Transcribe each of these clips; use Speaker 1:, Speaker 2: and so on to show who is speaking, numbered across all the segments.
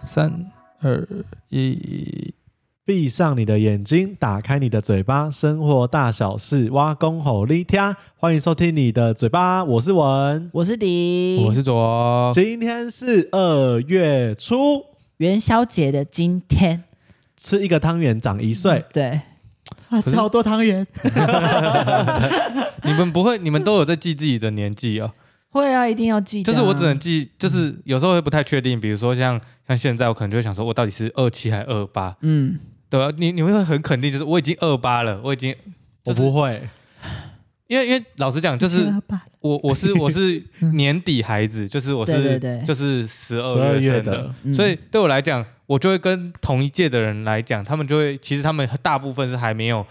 Speaker 1: 三二一，
Speaker 2: 闭上你的眼睛，打开你的嘴巴，生活大小事，挖公吼力听。啊欢迎收听你的嘴巴，我是文。
Speaker 3: 我是迪，
Speaker 1: 我是左，
Speaker 2: 今天是二月初，
Speaker 3: 元宵节的今天，
Speaker 2: 吃一个汤圆长一岁。
Speaker 3: 对，啊，吃好多汤圆，
Speaker 1: 你们不会，你们都有在记自己的年纪哦。
Speaker 3: 会啊，一定要记得
Speaker 1: 就
Speaker 3: 啊、
Speaker 1: 是我只能记，就是有时候会不太确定，比如说像像现在，我可能就会想说，我到底是二七还是二八，
Speaker 3: 嗯，
Speaker 1: 对吧、你你会很肯定，就是我已经二八了，我已经，就是
Speaker 2: 我不 会，
Speaker 1: 因为因为老实讲，就是
Speaker 3: 12吧
Speaker 1: 我我是我 是年底孩子，就是我是
Speaker 3: 嗯对对对
Speaker 1: 就是十
Speaker 2: 十
Speaker 1: 二
Speaker 2: 二
Speaker 1: 月
Speaker 2: 月
Speaker 1: 生
Speaker 2: 的
Speaker 1: 的，
Speaker 3: 嗯
Speaker 1: 所以对我来讲，我就会跟同一届的人来讲，他们就会其实他们大部分是还没有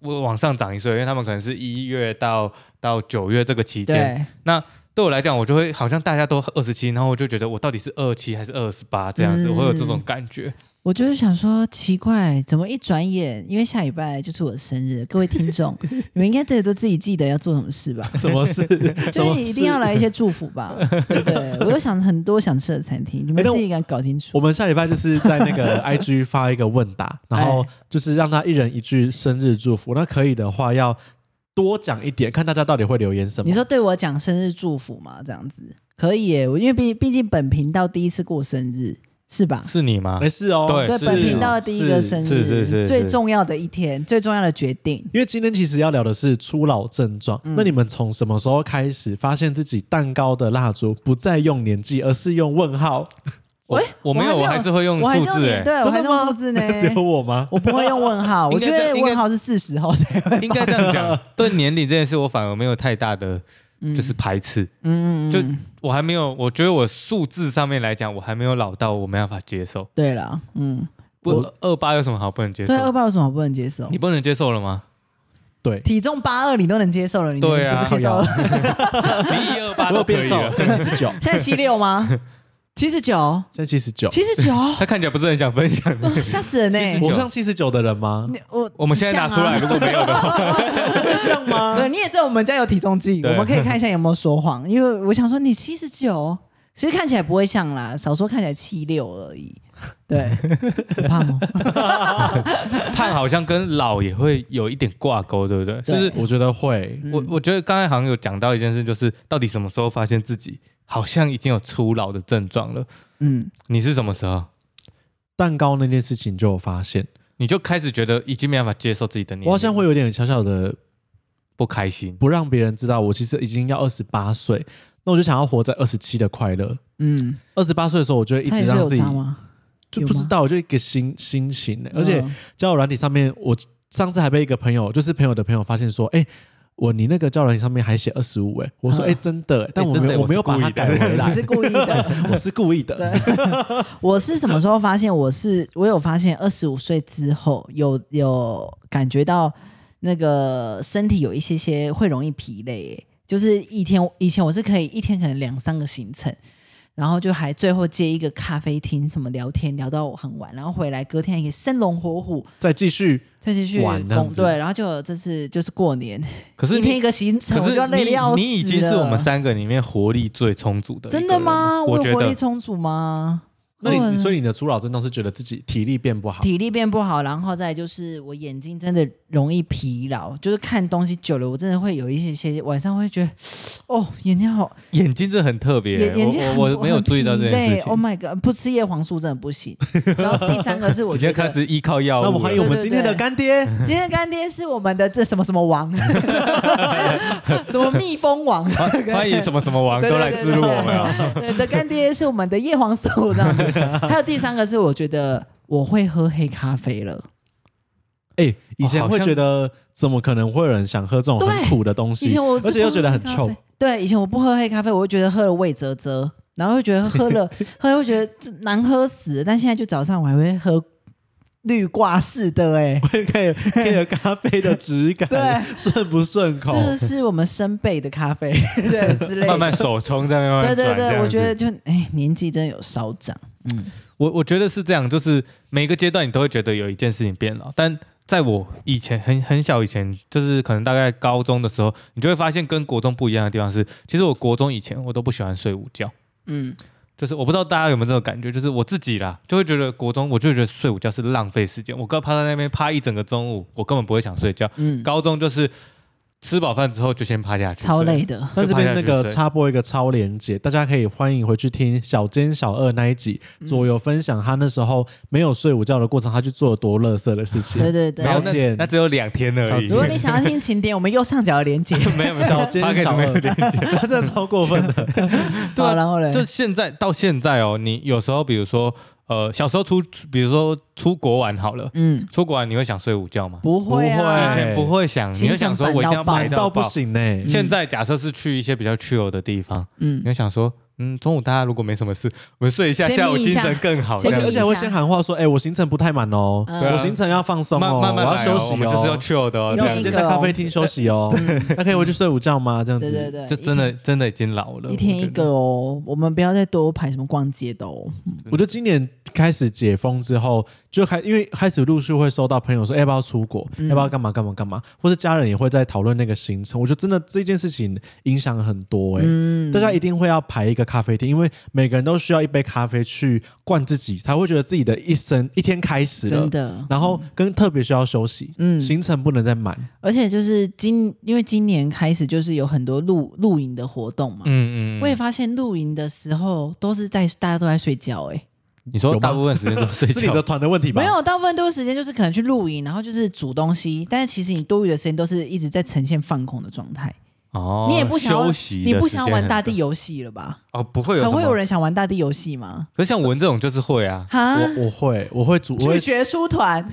Speaker 1: 我往上涨一岁，因为他们可能是一月到到九月这个期间。
Speaker 3: 对
Speaker 1: 对我来讲，我就会好像大家都二十七，然后我就觉得我到底是二七还是二十八这样子，
Speaker 3: 嗯
Speaker 1: 我会有这种感觉。
Speaker 3: 我就是想说，奇怪，怎么一转眼，因为下礼拜就是我的生日，各位 听众，你们应该自己都自己记得要做什么事吧？
Speaker 2: 什么 事？什
Speaker 3: 就
Speaker 2: 么
Speaker 3: 是
Speaker 2: 事
Speaker 3: 一定要。来一些祝福 吧，对不对？我有想很多想吃的餐厅，你们
Speaker 2: 哎那我
Speaker 3: 自己敢搞清楚。
Speaker 2: 我们下礼拜就是在那 个 IG 发一个问答，然
Speaker 3: 哎
Speaker 2: 后就是让他一人一句生日祝福。那可以的话，要多讲一点，看大家到底会留言什么。
Speaker 3: 你说对我讲生日祝福嘛？这样子可以耶，我因为毕毕竟本频道第一次过生日是吧？
Speaker 1: 是你吗？
Speaker 2: 没事哦，
Speaker 1: 对
Speaker 3: 对，
Speaker 1: 是
Speaker 3: 本频道的第一个生日
Speaker 1: 是是是
Speaker 3: 最
Speaker 1: 是
Speaker 3: 重要的一天，最重要的决定。
Speaker 2: 因为今天其实要聊的是初老症状。
Speaker 3: 嗯
Speaker 2: 那你们从什么时候开始发现自己蛋糕的蜡烛不再用年纪，而是用问号？
Speaker 1: 我
Speaker 3: 喂
Speaker 1: 我没有，
Speaker 3: 我还没有
Speaker 1: 我还是会用
Speaker 3: 我还
Speaker 1: 数
Speaker 3: 是用
Speaker 1: 字
Speaker 3: 你，
Speaker 1: 哎。
Speaker 3: 对我还是
Speaker 2: 真的吗。
Speaker 3: 用数 字呢
Speaker 2: 只有我吗？
Speaker 3: 我不会用问号，我
Speaker 1: 应该
Speaker 3: 觉
Speaker 1: 这
Speaker 3: 得
Speaker 1: 样应该
Speaker 3: 问号是四十后才会。
Speaker 1: 应该这样 讲，对年龄这件事，我反而没有太大的
Speaker 3: 嗯
Speaker 1: 就是排斥。
Speaker 3: 嗯，嗯嗯
Speaker 1: 就我还没有，我觉得我数字上面来讲，我还没有老到我没办法接受。
Speaker 3: 对了，嗯，
Speaker 1: 不，二八有什么好不能接受
Speaker 3: 对？啊二八有什么好不能接受
Speaker 1: 你？不能接受了 吗？
Speaker 2: 对，
Speaker 3: 体重八二你都能接受了，你
Speaker 1: 对啊
Speaker 3: 能接受
Speaker 2: 靠腰
Speaker 1: 你一二八
Speaker 2: 我
Speaker 1: 都
Speaker 2: 有
Speaker 1: 可
Speaker 2: 变
Speaker 1: 以
Speaker 2: 瘦，
Speaker 1: 了。
Speaker 2: 现在七十九，
Speaker 3: 现在七 六吗？七十九，
Speaker 2: 现在七十九。
Speaker 3: 七十九，
Speaker 1: 他看起来不是很想分享。
Speaker 3: 哇吓死人呢！
Speaker 1: 79
Speaker 2: 我像七十九嗯的人吗？
Speaker 3: 你我
Speaker 1: 我们现在拿出来，
Speaker 3: 像啊
Speaker 1: 如果没 有的话，
Speaker 2: 像吗
Speaker 3: 对，你也知道我们家有体重计，
Speaker 1: 对
Speaker 3: 我们可以看一下有没有说谎。因为我想说你七十九，其实看起来不会像啦，少说看起来七六而已。 对，不怕吗？
Speaker 1: 胖好像跟老也会有一点挂钩，对不对？
Speaker 3: 对嗯
Speaker 1: 就是
Speaker 2: 我觉得会，
Speaker 1: 我我觉得刚才好像有讲到一件事，就是到底什么时候发现自己好像已经有初老的症状了？
Speaker 3: 嗯，
Speaker 1: 你是什么时候？
Speaker 2: 蛋糕那件事情就有发现，
Speaker 1: 你就开始觉得已经没办法接受自己的年龄，
Speaker 2: 我好像会有点小小的
Speaker 1: 不开心。
Speaker 2: 不让别人知道，我其实已经要二十八岁，那我就想要活在二十七的快乐。
Speaker 3: 嗯，
Speaker 2: 二十八岁的时候，我就会一
Speaker 3: 他
Speaker 2: 直
Speaker 3: 也是
Speaker 2: 让
Speaker 3: 有
Speaker 2: 自己
Speaker 3: 差吗？嗯
Speaker 2: 就不知道，我就一个心心情呢、而且交友软体上面，我上次还被一个朋友，就是朋友的朋友发现说，哎、我你那个交友软体上面还写二十五，哎，我说
Speaker 3: 嗯
Speaker 2: 哎、真的、哎但我
Speaker 1: 真
Speaker 2: 没
Speaker 1: 的
Speaker 2: 有我没有
Speaker 1: 我是
Speaker 2: 把
Speaker 1: 故意
Speaker 2: 它
Speaker 1: 的
Speaker 2: 改回
Speaker 3: 嗯你
Speaker 2: 来
Speaker 3: 是，故意 的。
Speaker 2: 我是故 意的，
Speaker 3: 我是什么时候发现？我是我有发现，二十五岁之后有有感觉到那个身体有一些些会容易疲累、就是一天以前我是可以一天可能两三个行程，然后就还最后接一个咖啡厅什么聊天聊到很晚，然后回来隔天也生龙活虎，
Speaker 2: 再继续。
Speaker 3: 再继续
Speaker 2: 玩这样
Speaker 3: 工
Speaker 2: 子
Speaker 3: 对，然后就有这次就是过年
Speaker 1: 可是
Speaker 3: 一天一
Speaker 1: 你，
Speaker 3: 个行程，
Speaker 1: 可
Speaker 3: 我
Speaker 1: 是
Speaker 3: 就累得要死
Speaker 1: 你，你已经是我
Speaker 3: 了
Speaker 1: 们三个里面活力最充足的一个
Speaker 3: 真
Speaker 1: 人了。
Speaker 3: 的吗？
Speaker 1: 我
Speaker 3: 有
Speaker 1: 觉
Speaker 3: 活力
Speaker 1: 得
Speaker 3: 充足吗？
Speaker 2: 那你
Speaker 3: 我
Speaker 2: 所以你的初老症状是觉得自己体力变不好，
Speaker 3: 体力变不好，然后再就是我眼睛真的容易疲劳，就是看东西久了，我真的会有一些些晚上会觉得， 哦，眼睛好，
Speaker 1: 眼睛真的很特别、
Speaker 3: 眼眼睛
Speaker 1: 我我我没有注意到这件事情。
Speaker 3: Oh my god，不吃叶黄素真的 不行。然后第三个是我
Speaker 1: 我现在
Speaker 3: 觉
Speaker 1: 开
Speaker 3: 得，
Speaker 1: 始依靠药物
Speaker 2: 那
Speaker 1: 了。
Speaker 2: 我们欢迎我们
Speaker 3: 对对
Speaker 2: 今天的
Speaker 3: 对
Speaker 2: 干爹，
Speaker 3: 今天干爹是我们的这什么什么王， 什么蜜蜂王。
Speaker 1: 欢欢迎什么什么王
Speaker 3: 对
Speaker 1: 都
Speaker 3: 对
Speaker 1: 来
Speaker 3: 对
Speaker 1: 自入我们啊！
Speaker 3: 对的干爹是我们的叶黄素这样子，还有第三个是我觉得我会喝黑咖啡了，
Speaker 2: 哎、以前
Speaker 1: 哦好
Speaker 2: 会
Speaker 1: 像
Speaker 2: 觉得怎么可能会有人想喝这种很
Speaker 3: 对
Speaker 2: 苦的东西？
Speaker 3: 以前我是
Speaker 2: 而且又觉得很
Speaker 3: 不喝黑咖
Speaker 2: 臭
Speaker 3: 啡。对，以前我不喝黑咖啡，我会觉得喝了胃啧啧，然后会觉得喝了喝了会觉得这难喝死。但现在就早上我还会喝绿挂式的、欸，哎，
Speaker 2: 可以可以有咖啡的质感，
Speaker 3: 对
Speaker 2: 顺不顺口？
Speaker 3: 这是我们生焙的咖啡，对之类的。
Speaker 1: 慢慢手冲，再慢
Speaker 3: 对
Speaker 1: 慢转。
Speaker 3: 对
Speaker 1: 这
Speaker 3: 对，
Speaker 1: 样
Speaker 3: 我觉得
Speaker 1: 子
Speaker 3: 就哎，年纪真的有稍长，嗯，
Speaker 1: 我我觉得是这样，就是每个阶段你都会觉得有一件事情变老，但在我以前很很小以前，就是可能大概高中的时候，你就会发现跟国中不一样的地方是，其实我国中以前我都不喜欢睡午觉，
Speaker 3: 嗯，
Speaker 1: 就是我不知道大家有没有这种感觉，就是我自己啦，就会觉得国中我就会觉得睡午觉是浪费时间，我刚趴在那边趴一整个中午，我根本不会想睡觉。
Speaker 3: 嗯，
Speaker 1: 高中就是吃饱饭之后就先趴下去睡，
Speaker 3: 超累的。
Speaker 2: 那这边
Speaker 1: 就
Speaker 2: 那
Speaker 1: 趴下
Speaker 2: 个
Speaker 1: 去睡
Speaker 2: 插播一个超连接，大家可以欢迎回去听小尖小二那一集，
Speaker 3: 嗯
Speaker 2: 左右分享他那时候没有睡午觉的过程，他去做了多乐色的事情。
Speaker 3: 对对
Speaker 1: 没有
Speaker 3: 对
Speaker 2: 了，
Speaker 1: 那
Speaker 2: 解
Speaker 1: 那只有两天而已
Speaker 2: 超
Speaker 3: 如。果你想要听情点，我们右上角的连接。
Speaker 1: 没有没有，
Speaker 2: 小尖
Speaker 1: Podcast
Speaker 2: 小
Speaker 1: 没有
Speaker 2: 二， 他真的超过分的。
Speaker 1: 对啊
Speaker 3: 好，然后嘞，
Speaker 1: 就现在到现在哦，你有时候比如说，呃，小时候出，比如说出国玩好了，
Speaker 3: 嗯，
Speaker 1: 出国玩你会想睡午觉吗？
Speaker 3: 不会啊，
Speaker 1: 以前不会想，你会想说我一定要
Speaker 3: 行
Speaker 1: 买
Speaker 3: 程
Speaker 2: 到
Speaker 1: 到
Speaker 2: 不
Speaker 1: 爆。嗯
Speaker 2: 行呢、
Speaker 1: 现在假设是去一些比较 chill 的地方，
Speaker 3: 嗯
Speaker 1: 你，会想说，嗯，中午大家如果没什么事，我们睡一下，
Speaker 3: 先
Speaker 1: 下午
Speaker 3: 眯一
Speaker 1: 精
Speaker 3: 下
Speaker 1: 神更好。这
Speaker 2: 而且
Speaker 1: 样
Speaker 2: 而且会先喊话说，哎、我行程不太满哦，
Speaker 3: 嗯对啊
Speaker 2: 我行程要放松
Speaker 1: 慢
Speaker 2: 哦，
Speaker 1: 慢慢
Speaker 2: 我
Speaker 1: 来哦
Speaker 2: 要休息哦，
Speaker 1: 我们就是要 chill 的哦。
Speaker 3: 一
Speaker 1: 这
Speaker 2: 有
Speaker 3: 定
Speaker 1: 样
Speaker 2: 时
Speaker 3: 一
Speaker 2: 间
Speaker 3: 个
Speaker 2: 在咖啡厅休息 哦，那可以回去睡午觉吗？这样子，
Speaker 3: 对对对，
Speaker 1: 就真的真的已经老了，
Speaker 3: 一天一
Speaker 1: 我觉得
Speaker 3: 个哦，我们不要再多排什么逛街的哦。
Speaker 2: 我觉得今年开始解封之后，就开因为开始陆续会收到朋友说、哎要不要出国，
Speaker 3: 嗯
Speaker 2: 要不要干嘛干嘛干嘛，或是家人也会在讨论那个行程。我觉得真的这件事情影响很多哎、
Speaker 3: 嗯，
Speaker 2: 大家一定会要排一个咖啡厅，因为每个人都需要一杯咖啡去灌自己，才会觉得自己的一生一天开始了
Speaker 3: 真。的，
Speaker 2: 然后跟特别需要休息，
Speaker 3: 嗯
Speaker 2: 行程不能再满，
Speaker 3: 而且就是今，因为今年开始就是有很多露露营的活动嘛。
Speaker 1: 嗯嗯
Speaker 3: 我也
Speaker 1: 嗯，
Speaker 3: 发现露营的时候都是在大家都在睡觉、欸，
Speaker 1: 你说
Speaker 2: 有吗
Speaker 1: 大部分时间都睡
Speaker 2: 是你
Speaker 1: 觉
Speaker 2: 的，团的问题吧？
Speaker 3: 没有，啊大部分都是时间就是可能去露营，然后就是煮东西，但是其实你多余的时间都是一直在呈现放空的状态，
Speaker 1: 哦，
Speaker 3: 你也不想要
Speaker 1: 休息的时
Speaker 3: 你
Speaker 1: 间很
Speaker 3: 不
Speaker 1: 短，
Speaker 3: 想要玩大地游戏了吧？
Speaker 1: 哦，不会有
Speaker 3: 还
Speaker 1: 什么
Speaker 3: 会有人想玩大地游戏吗？
Speaker 1: 可是像文这种就是会啊，
Speaker 3: 哈，
Speaker 2: 我我会我会煮，我
Speaker 3: 拒
Speaker 2: 会
Speaker 3: 绝书 团，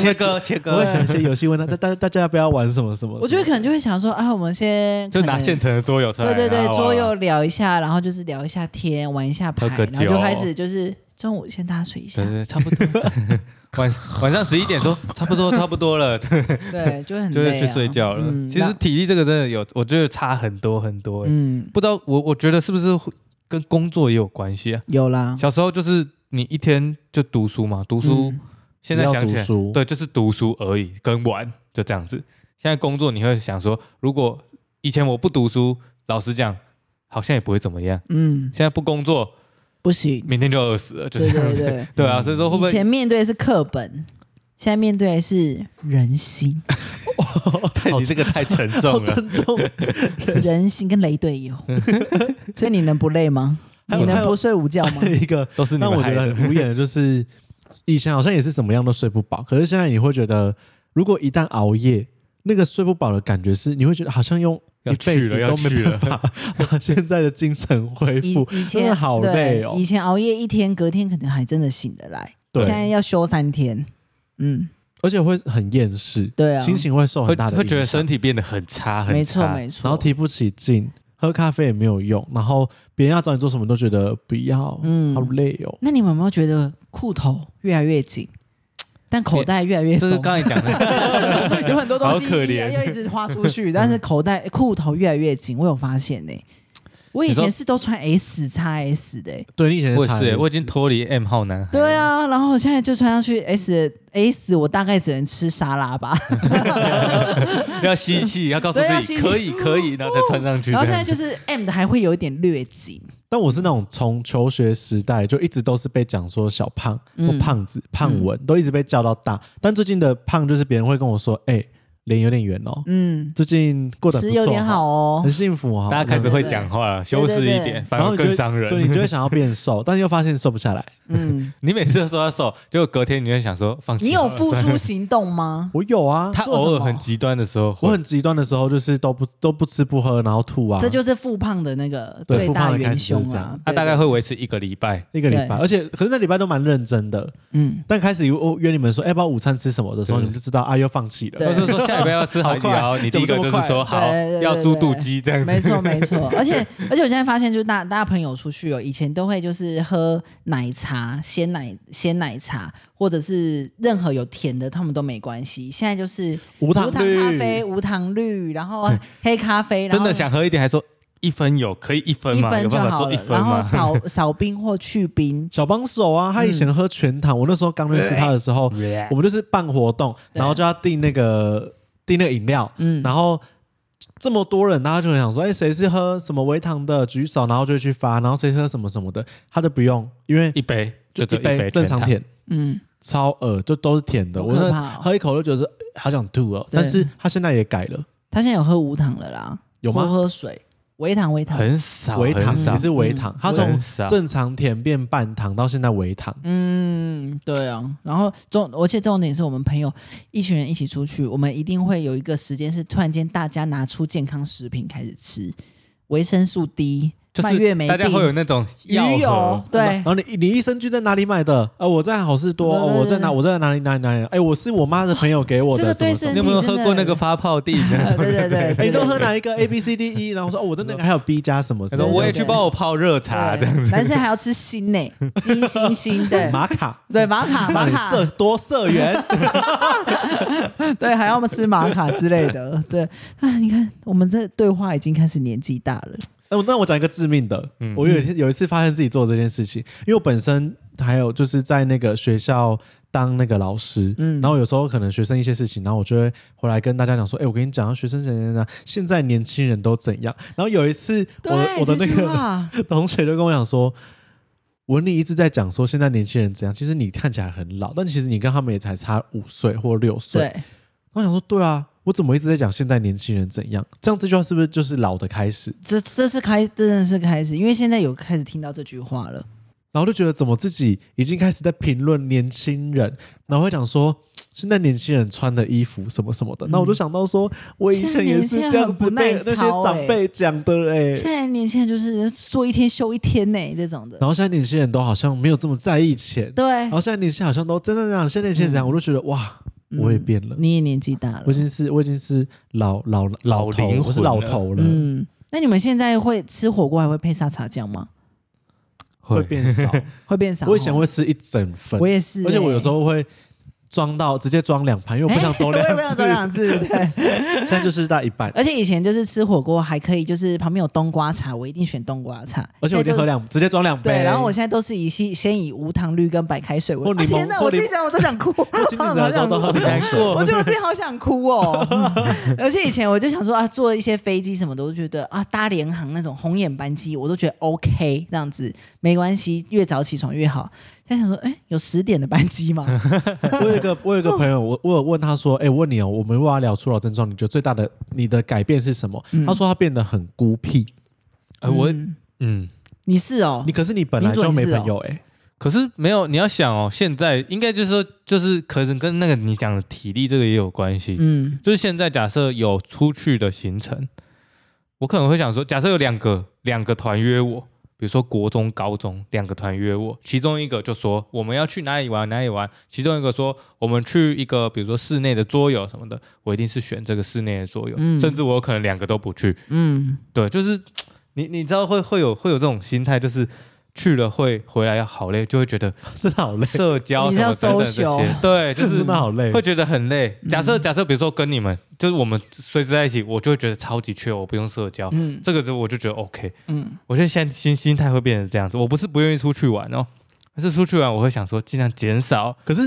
Speaker 1: 切割切割，
Speaker 2: 我会想一些游戏问 他，大大大家要不要玩什么什么什么？
Speaker 3: 我觉得可能就会想说啊，我们 先
Speaker 1: 就
Speaker 3: 可
Speaker 1: 拿
Speaker 3: 能
Speaker 1: 现成的桌游出来，
Speaker 3: 对对对
Speaker 1: 然后，玩啊
Speaker 3: 桌游聊一下，然后就是聊一下天，玩一下牌，
Speaker 1: 喝个
Speaker 3: 然后就
Speaker 1: 酒
Speaker 3: 开始就是中午先大家睡一下
Speaker 1: 对，对，差不多。 晚晚上十一点说差不多差不多了，
Speaker 3: 对，就会很
Speaker 1: 就
Speaker 3: 累、
Speaker 1: 是
Speaker 3: 啊，
Speaker 1: 去睡觉了。
Speaker 3: 嗯
Speaker 1: 其实
Speaker 3: 那
Speaker 1: 体力这个真的有，我觉得差很多很多、欸。
Speaker 3: 嗯，
Speaker 1: 不知道我我觉得是不是会跟工作也有关系啊？
Speaker 3: 有啦，
Speaker 1: 小时候就是你一天就读书嘛，读书、
Speaker 3: 嗯
Speaker 1: 现在想起来
Speaker 2: 只要读书
Speaker 1: 对，就是读书而已，跟玩就这样子。现在工作你会想说，如果以前我不读书，老实讲好像也不会怎么样。
Speaker 3: 嗯，
Speaker 1: 现在不工作，
Speaker 3: 不行，
Speaker 1: 明天就饿死了， 就
Speaker 3: 对
Speaker 1: 是
Speaker 3: 对对，
Speaker 1: 对啊，所以说 会不
Speaker 3: 以前
Speaker 1: 会
Speaker 3: 面对的是课本，现在面对的是人心，
Speaker 1: 太 你这个太沉重 了？
Speaker 2: 重。
Speaker 3: 人心跟雷 队友， 所以你能不累吗？
Speaker 2: 还
Speaker 3: 你
Speaker 2: 有
Speaker 3: 能不睡午觉 吗
Speaker 2: 还？有 一个
Speaker 1: 都是你
Speaker 2: 让
Speaker 1: 们
Speaker 2: 我
Speaker 1: 害
Speaker 2: 觉得
Speaker 1: 的。
Speaker 2: 很无言的就是， 以前好像也是怎么样都睡不饱，可是现在你会觉得，如果一旦熬夜，那个睡不饱的感觉是，你会觉得好像用一
Speaker 1: 要
Speaker 2: 辈
Speaker 1: 去了
Speaker 2: 子都没 办法把现在的精神恢
Speaker 3: 以
Speaker 2: 复，
Speaker 3: 以
Speaker 2: 真
Speaker 3: 前
Speaker 2: 的好累哦
Speaker 3: 对以。前熬夜一天，隔天可能还真的醒得来，现在
Speaker 2: 对，
Speaker 3: 要休三天，嗯，
Speaker 2: 而且会很厌世，
Speaker 3: 对啊，
Speaker 2: 心情会受
Speaker 1: 会
Speaker 2: 很大的
Speaker 1: 会觉得
Speaker 2: 影响
Speaker 1: 身体变得很差，很
Speaker 3: 没错
Speaker 1: 差
Speaker 3: 没错，
Speaker 2: 然后提不起劲，喝咖啡也没有用，然后别人要找你做什么都觉得不要，
Speaker 3: 嗯
Speaker 2: 好累哦。
Speaker 3: 那你们有没有觉得裤头越来越紧，但口袋越来越
Speaker 1: 这
Speaker 3: 松
Speaker 1: 是？刚才讲的，
Speaker 3: 有很多东西
Speaker 1: 好可
Speaker 3: 一
Speaker 1: 怜
Speaker 3: 要一直花出去，但是口袋哎裤头越来越紧，我有发现呢、我以
Speaker 1: 你说
Speaker 3: 前是都穿 S 叉 S 的欸、
Speaker 2: 对你以前
Speaker 1: 我也
Speaker 2: 差
Speaker 1: 是欸，
Speaker 2: 点
Speaker 1: 我已经脱离 M 号男孩。
Speaker 3: 对，啊，然后我现在就穿上去 S S，我大概只能吃沙拉吧。
Speaker 1: 要吸气，要告诉
Speaker 3: 对要
Speaker 1: 自
Speaker 3: 吸
Speaker 1: 己
Speaker 3: 气
Speaker 1: 可以可以，然后才穿上去。
Speaker 3: 然后
Speaker 1: 这样
Speaker 3: 现在就是 M 的还会有一点略紧，
Speaker 2: 但我是那种从求学时代就一直都是被讲说小胖、或
Speaker 3: 嗯
Speaker 2: 胖子、胖文，都一直被叫到大。但最近的胖就是别人会跟我说，哎、脸有点圆哦，
Speaker 3: 嗯，
Speaker 2: 最近过得不
Speaker 3: 吃
Speaker 2: 错，
Speaker 3: 有点好哦
Speaker 2: 很。幸福哦。
Speaker 1: 大家开始
Speaker 2: 这样子
Speaker 1: 会讲话了，修饰一
Speaker 3: 对对
Speaker 1: 点，
Speaker 3: 对
Speaker 1: 反而
Speaker 2: 就会
Speaker 1: 更伤
Speaker 2: 对你
Speaker 1: 人。
Speaker 2: 就会想要变瘦，但又发现瘦不下来。
Speaker 3: 嗯，
Speaker 1: 你每次都说他瘦，结果隔天你会想说放弃。
Speaker 3: 你有付出行动吗？
Speaker 2: 我有啊，
Speaker 1: 他
Speaker 3: 做什么
Speaker 1: 偶尔很极端的时候
Speaker 2: 我
Speaker 1: 会，
Speaker 2: 很极端的时候就是都不都不吃不喝，然后吐啊，
Speaker 3: 这就是复胖的那个
Speaker 2: 对
Speaker 3: 最
Speaker 2: 复胖
Speaker 3: 大
Speaker 2: 的开
Speaker 3: 元
Speaker 2: 始就是
Speaker 3: 凶
Speaker 2: 这样
Speaker 3: 啊。
Speaker 1: 他
Speaker 3: 对
Speaker 1: 大概
Speaker 3: 对
Speaker 1: 会维持一个礼拜。
Speaker 2: 一个礼拜，
Speaker 3: 对
Speaker 2: 而且可是那礼拜都蛮认真的。
Speaker 3: 嗯，
Speaker 2: 但开始有我约你们说，哎、要不要午餐吃什么的时候，
Speaker 1: 对
Speaker 2: 你们就知道啊，又放弃
Speaker 3: 对
Speaker 2: 了。
Speaker 1: 或者说下礼拜要吃海底
Speaker 2: 好
Speaker 1: 捞，
Speaker 2: 快
Speaker 1: 你第一个
Speaker 2: 怎么
Speaker 1: 就
Speaker 2: 这么
Speaker 1: 是
Speaker 2: 快
Speaker 1: 说好
Speaker 3: 对对对
Speaker 1: 要猪肚鸡这样
Speaker 3: 没
Speaker 1: 子。
Speaker 3: 错，没 错，而且而且我现在发现，就是大大家朋友出去哦，以前都会就是喝奶茶、鲜奶、鲜奶茶，或者是任何有甜的，他们都没关系。现在就是
Speaker 2: 无糖
Speaker 3: 无糖咖
Speaker 2: 绿
Speaker 3: 啡、无糖绿，然后黑咖啡，然
Speaker 1: 真
Speaker 3: 后
Speaker 1: 的想喝一点，还说一分有可以一分
Speaker 3: 一
Speaker 1: 吗？
Speaker 3: 分
Speaker 1: 有
Speaker 3: 就
Speaker 1: 办法
Speaker 3: 好
Speaker 1: 做一
Speaker 3: 了。
Speaker 1: 分
Speaker 3: 然后
Speaker 1: 吗？
Speaker 3: 扫 扫冰或去冰，
Speaker 2: 小帮手啊，他以
Speaker 1: 嗯
Speaker 2: 前喝全糖，我那时候刚认识他 的时候，我们就是办活动，
Speaker 3: 对
Speaker 2: 然后就要订那个订那个饮料，
Speaker 3: 嗯，
Speaker 2: 然后这么多人，大家就很想说，哎、谁是喝什么微糖的举手，然后就会去发，然后谁喝什么什么的，他就不用，因为
Speaker 1: 一杯
Speaker 2: 就
Speaker 1: 就只
Speaker 2: 一
Speaker 1: 有一
Speaker 2: 杯
Speaker 1: 杯
Speaker 2: 正常
Speaker 1: 全糖
Speaker 2: 甜，
Speaker 3: 嗯，
Speaker 2: 超恶，就都是甜的，
Speaker 3: 好
Speaker 2: 我
Speaker 3: 可
Speaker 2: 那
Speaker 3: 怕哦
Speaker 2: 喝一口就觉得好想吐哦，
Speaker 3: 对
Speaker 2: 但
Speaker 1: 嗯
Speaker 2: 是他现在也改了，
Speaker 3: 他现在有喝无糖了啦，
Speaker 2: 有吗
Speaker 3: 多喝水，微糖微糖，
Speaker 1: 很少，
Speaker 2: 微糖
Speaker 1: 很少
Speaker 2: 也是微糖，他从
Speaker 1: 很少
Speaker 2: 正常甜变半糖到现在微糖，
Speaker 3: 嗯，对啊。然后重，而且重点是我们朋友一群人一起出去，我们一定会有一个时间是突然间大家拿出健康食品开始吃，维生素 D、
Speaker 1: 就
Speaker 3: 蔓越莓
Speaker 1: 是大家会有
Speaker 3: 锭、
Speaker 1: 那种
Speaker 3: 鱼
Speaker 1: 药
Speaker 3: 油
Speaker 1: 盒，，
Speaker 3: 对
Speaker 2: 然，后你你益生菌在哪里买的？啊，我在好事多，
Speaker 3: 哎对
Speaker 2: 哦
Speaker 3: 对对
Speaker 2: 我在哪？我在哪里哪里哪里？哎，我是我妈的朋友给我
Speaker 3: 这个
Speaker 2: 的，什
Speaker 3: 对
Speaker 2: 么什
Speaker 3: 身
Speaker 2: 么
Speaker 1: 你
Speaker 3: 体
Speaker 1: 有没有
Speaker 3: 真的
Speaker 1: 喝过那个发泡 地？
Speaker 3: 对对对，
Speaker 2: 哎，
Speaker 3: 对
Speaker 2: 你都喝哪一个 A B C D E？然后我说哦，我的那个还有 B 加什么什
Speaker 1: 他说
Speaker 2: 么的？
Speaker 1: 哎我也去帮我泡热茶这样子。
Speaker 3: 对男生还要吃锌呢，金星 星，对
Speaker 2: 玛卡，
Speaker 3: 对，玛卡
Speaker 2: 玛
Speaker 3: 玛
Speaker 2: 里
Speaker 3: 卡
Speaker 2: 色，多色 源，
Speaker 3: 对，还要我们吃玛卡之类的，对。啊，你看我们这对话已经开始年纪大了，
Speaker 2: 哎，我那我讲一个致命的，
Speaker 3: 嗯
Speaker 2: 我有一天有一次发现自己做这件事情，因为我本身还有就是在那个学校当那个老师，
Speaker 3: 嗯
Speaker 2: 然后有时候可能学生一些事情，然后我就会回来跟大家讲说，哎、我跟你讲，学生怎样怎样，现在年轻人都怎样。然后有一次我的
Speaker 3: 对，
Speaker 2: 我的那
Speaker 3: 这句
Speaker 2: 个
Speaker 3: 话
Speaker 2: 同学就跟我讲说。文理一直在讲说现在年轻人怎样，其实你看起来很老，但其实你跟他们也才差五岁或六岁。
Speaker 3: 对。
Speaker 2: 我想说，对啊，我怎么一直在讲现在年轻人怎样？这样这句话是不是就是老的开始？
Speaker 3: 这这是开，真的是开始，因为现在有开始听到这句话了。
Speaker 2: 然后就觉得怎么自己已经开始在评论年轻人，然后会讲说现在年轻人穿的衣服什么什么的。那、
Speaker 3: 嗯
Speaker 2: 我就想到说，我以前也是这样子被那
Speaker 3: 现在年轻
Speaker 2: 些
Speaker 3: 人很不耐操欸
Speaker 2: 长辈讲的哎、
Speaker 3: 现在年轻人就是做一天休一天呢、这种的。
Speaker 2: 然后现在年轻人都好像没有这么在意钱，
Speaker 3: 对
Speaker 2: 然，后现在年轻人好像都真的这样，现在年轻人这样，我就觉得哇，
Speaker 3: 嗯
Speaker 2: 我也变了，
Speaker 3: 你也年纪大了
Speaker 2: 我已。经是我已经是老老老头
Speaker 1: 灵魂
Speaker 2: 我是老头了，
Speaker 3: 嗯，那你们现在会吃火锅还会配沙茶酱吗？
Speaker 2: 会变少。
Speaker 3: 会变少哦？
Speaker 2: 我以前会吃一整份
Speaker 3: 我，也是欸、
Speaker 2: 而且我有时候会装到直接装两盘，因为我 不想走两
Speaker 3: 哎我也不想走
Speaker 2: 次，
Speaker 3: 两次。对，
Speaker 2: 现在就是到一半。
Speaker 3: 而且以前就是吃火锅还可以，就是旁边有冬瓜茶，我一定选冬瓜茶。
Speaker 2: 而且我一定喝
Speaker 3: 现在都
Speaker 2: 两，直接装两杯。
Speaker 3: 对，然后我现在都是以先先以无糖绿跟白开水为。
Speaker 2: 或柠檬
Speaker 3: 啊天哪，
Speaker 2: 或
Speaker 3: 我自己
Speaker 2: 柠
Speaker 3: 讲我都想哭。
Speaker 2: 我清明节的时候都喝柠檬水，
Speaker 3: 我觉得我自己好想哭哦， 而且以前我就想说啊，坐一些飞机什么的，我都觉得啊，搭联航那种红眼班机，我都觉得 OK 这样子，没关系，越早起床越好。现在想说，哎、有十点的班机吗？
Speaker 2: 我有一个我有一个朋友，我我有问他说，哎、我问你哦，我们如果要聊初老症状，你觉得最大的你的改变是什么？他说他变得很孤僻。
Speaker 1: 哎，我
Speaker 3: 嗯
Speaker 1: 嗯，
Speaker 3: 你是哦
Speaker 2: 你，可是你本来就没朋友哎、
Speaker 1: 可是没有，你要想哦，现在应该就是说，就是可能跟那个你讲的体力这个也有关系。
Speaker 3: 嗯，
Speaker 1: 就是现在假设有出去的行程，我可能会想说，假设有两个两个团约我，比如说国中、高中两个团约我，其中一个就说我们要去哪里玩哪里玩，其中一个说我们去一个比如说室内的桌游什么的，我一定是选这个室内的桌游，
Speaker 3: 嗯
Speaker 1: 甚至我有可能两个都不去。
Speaker 3: 嗯，
Speaker 1: 对，就是你你知道会会有会有这种心态，就是去了会回来好累，就会觉得
Speaker 2: 真的好累，
Speaker 1: 社交什
Speaker 3: 你是要
Speaker 1: 么等等这
Speaker 3: social
Speaker 1: 些，对， 就是
Speaker 2: 真的好累
Speaker 1: 会。觉得很累。
Speaker 3: 嗯
Speaker 1: 假设假设，比如说跟你们，就是我们随时在一起，我就会觉得超级缺，我不用社交。
Speaker 3: 嗯
Speaker 1: 这个时候我就觉得 OK，
Speaker 3: 嗯，
Speaker 1: 我觉得现在心心态会变成这样子。我不是不愿意出去玩哦，但是出去玩我会想说尽量减少，
Speaker 2: 可是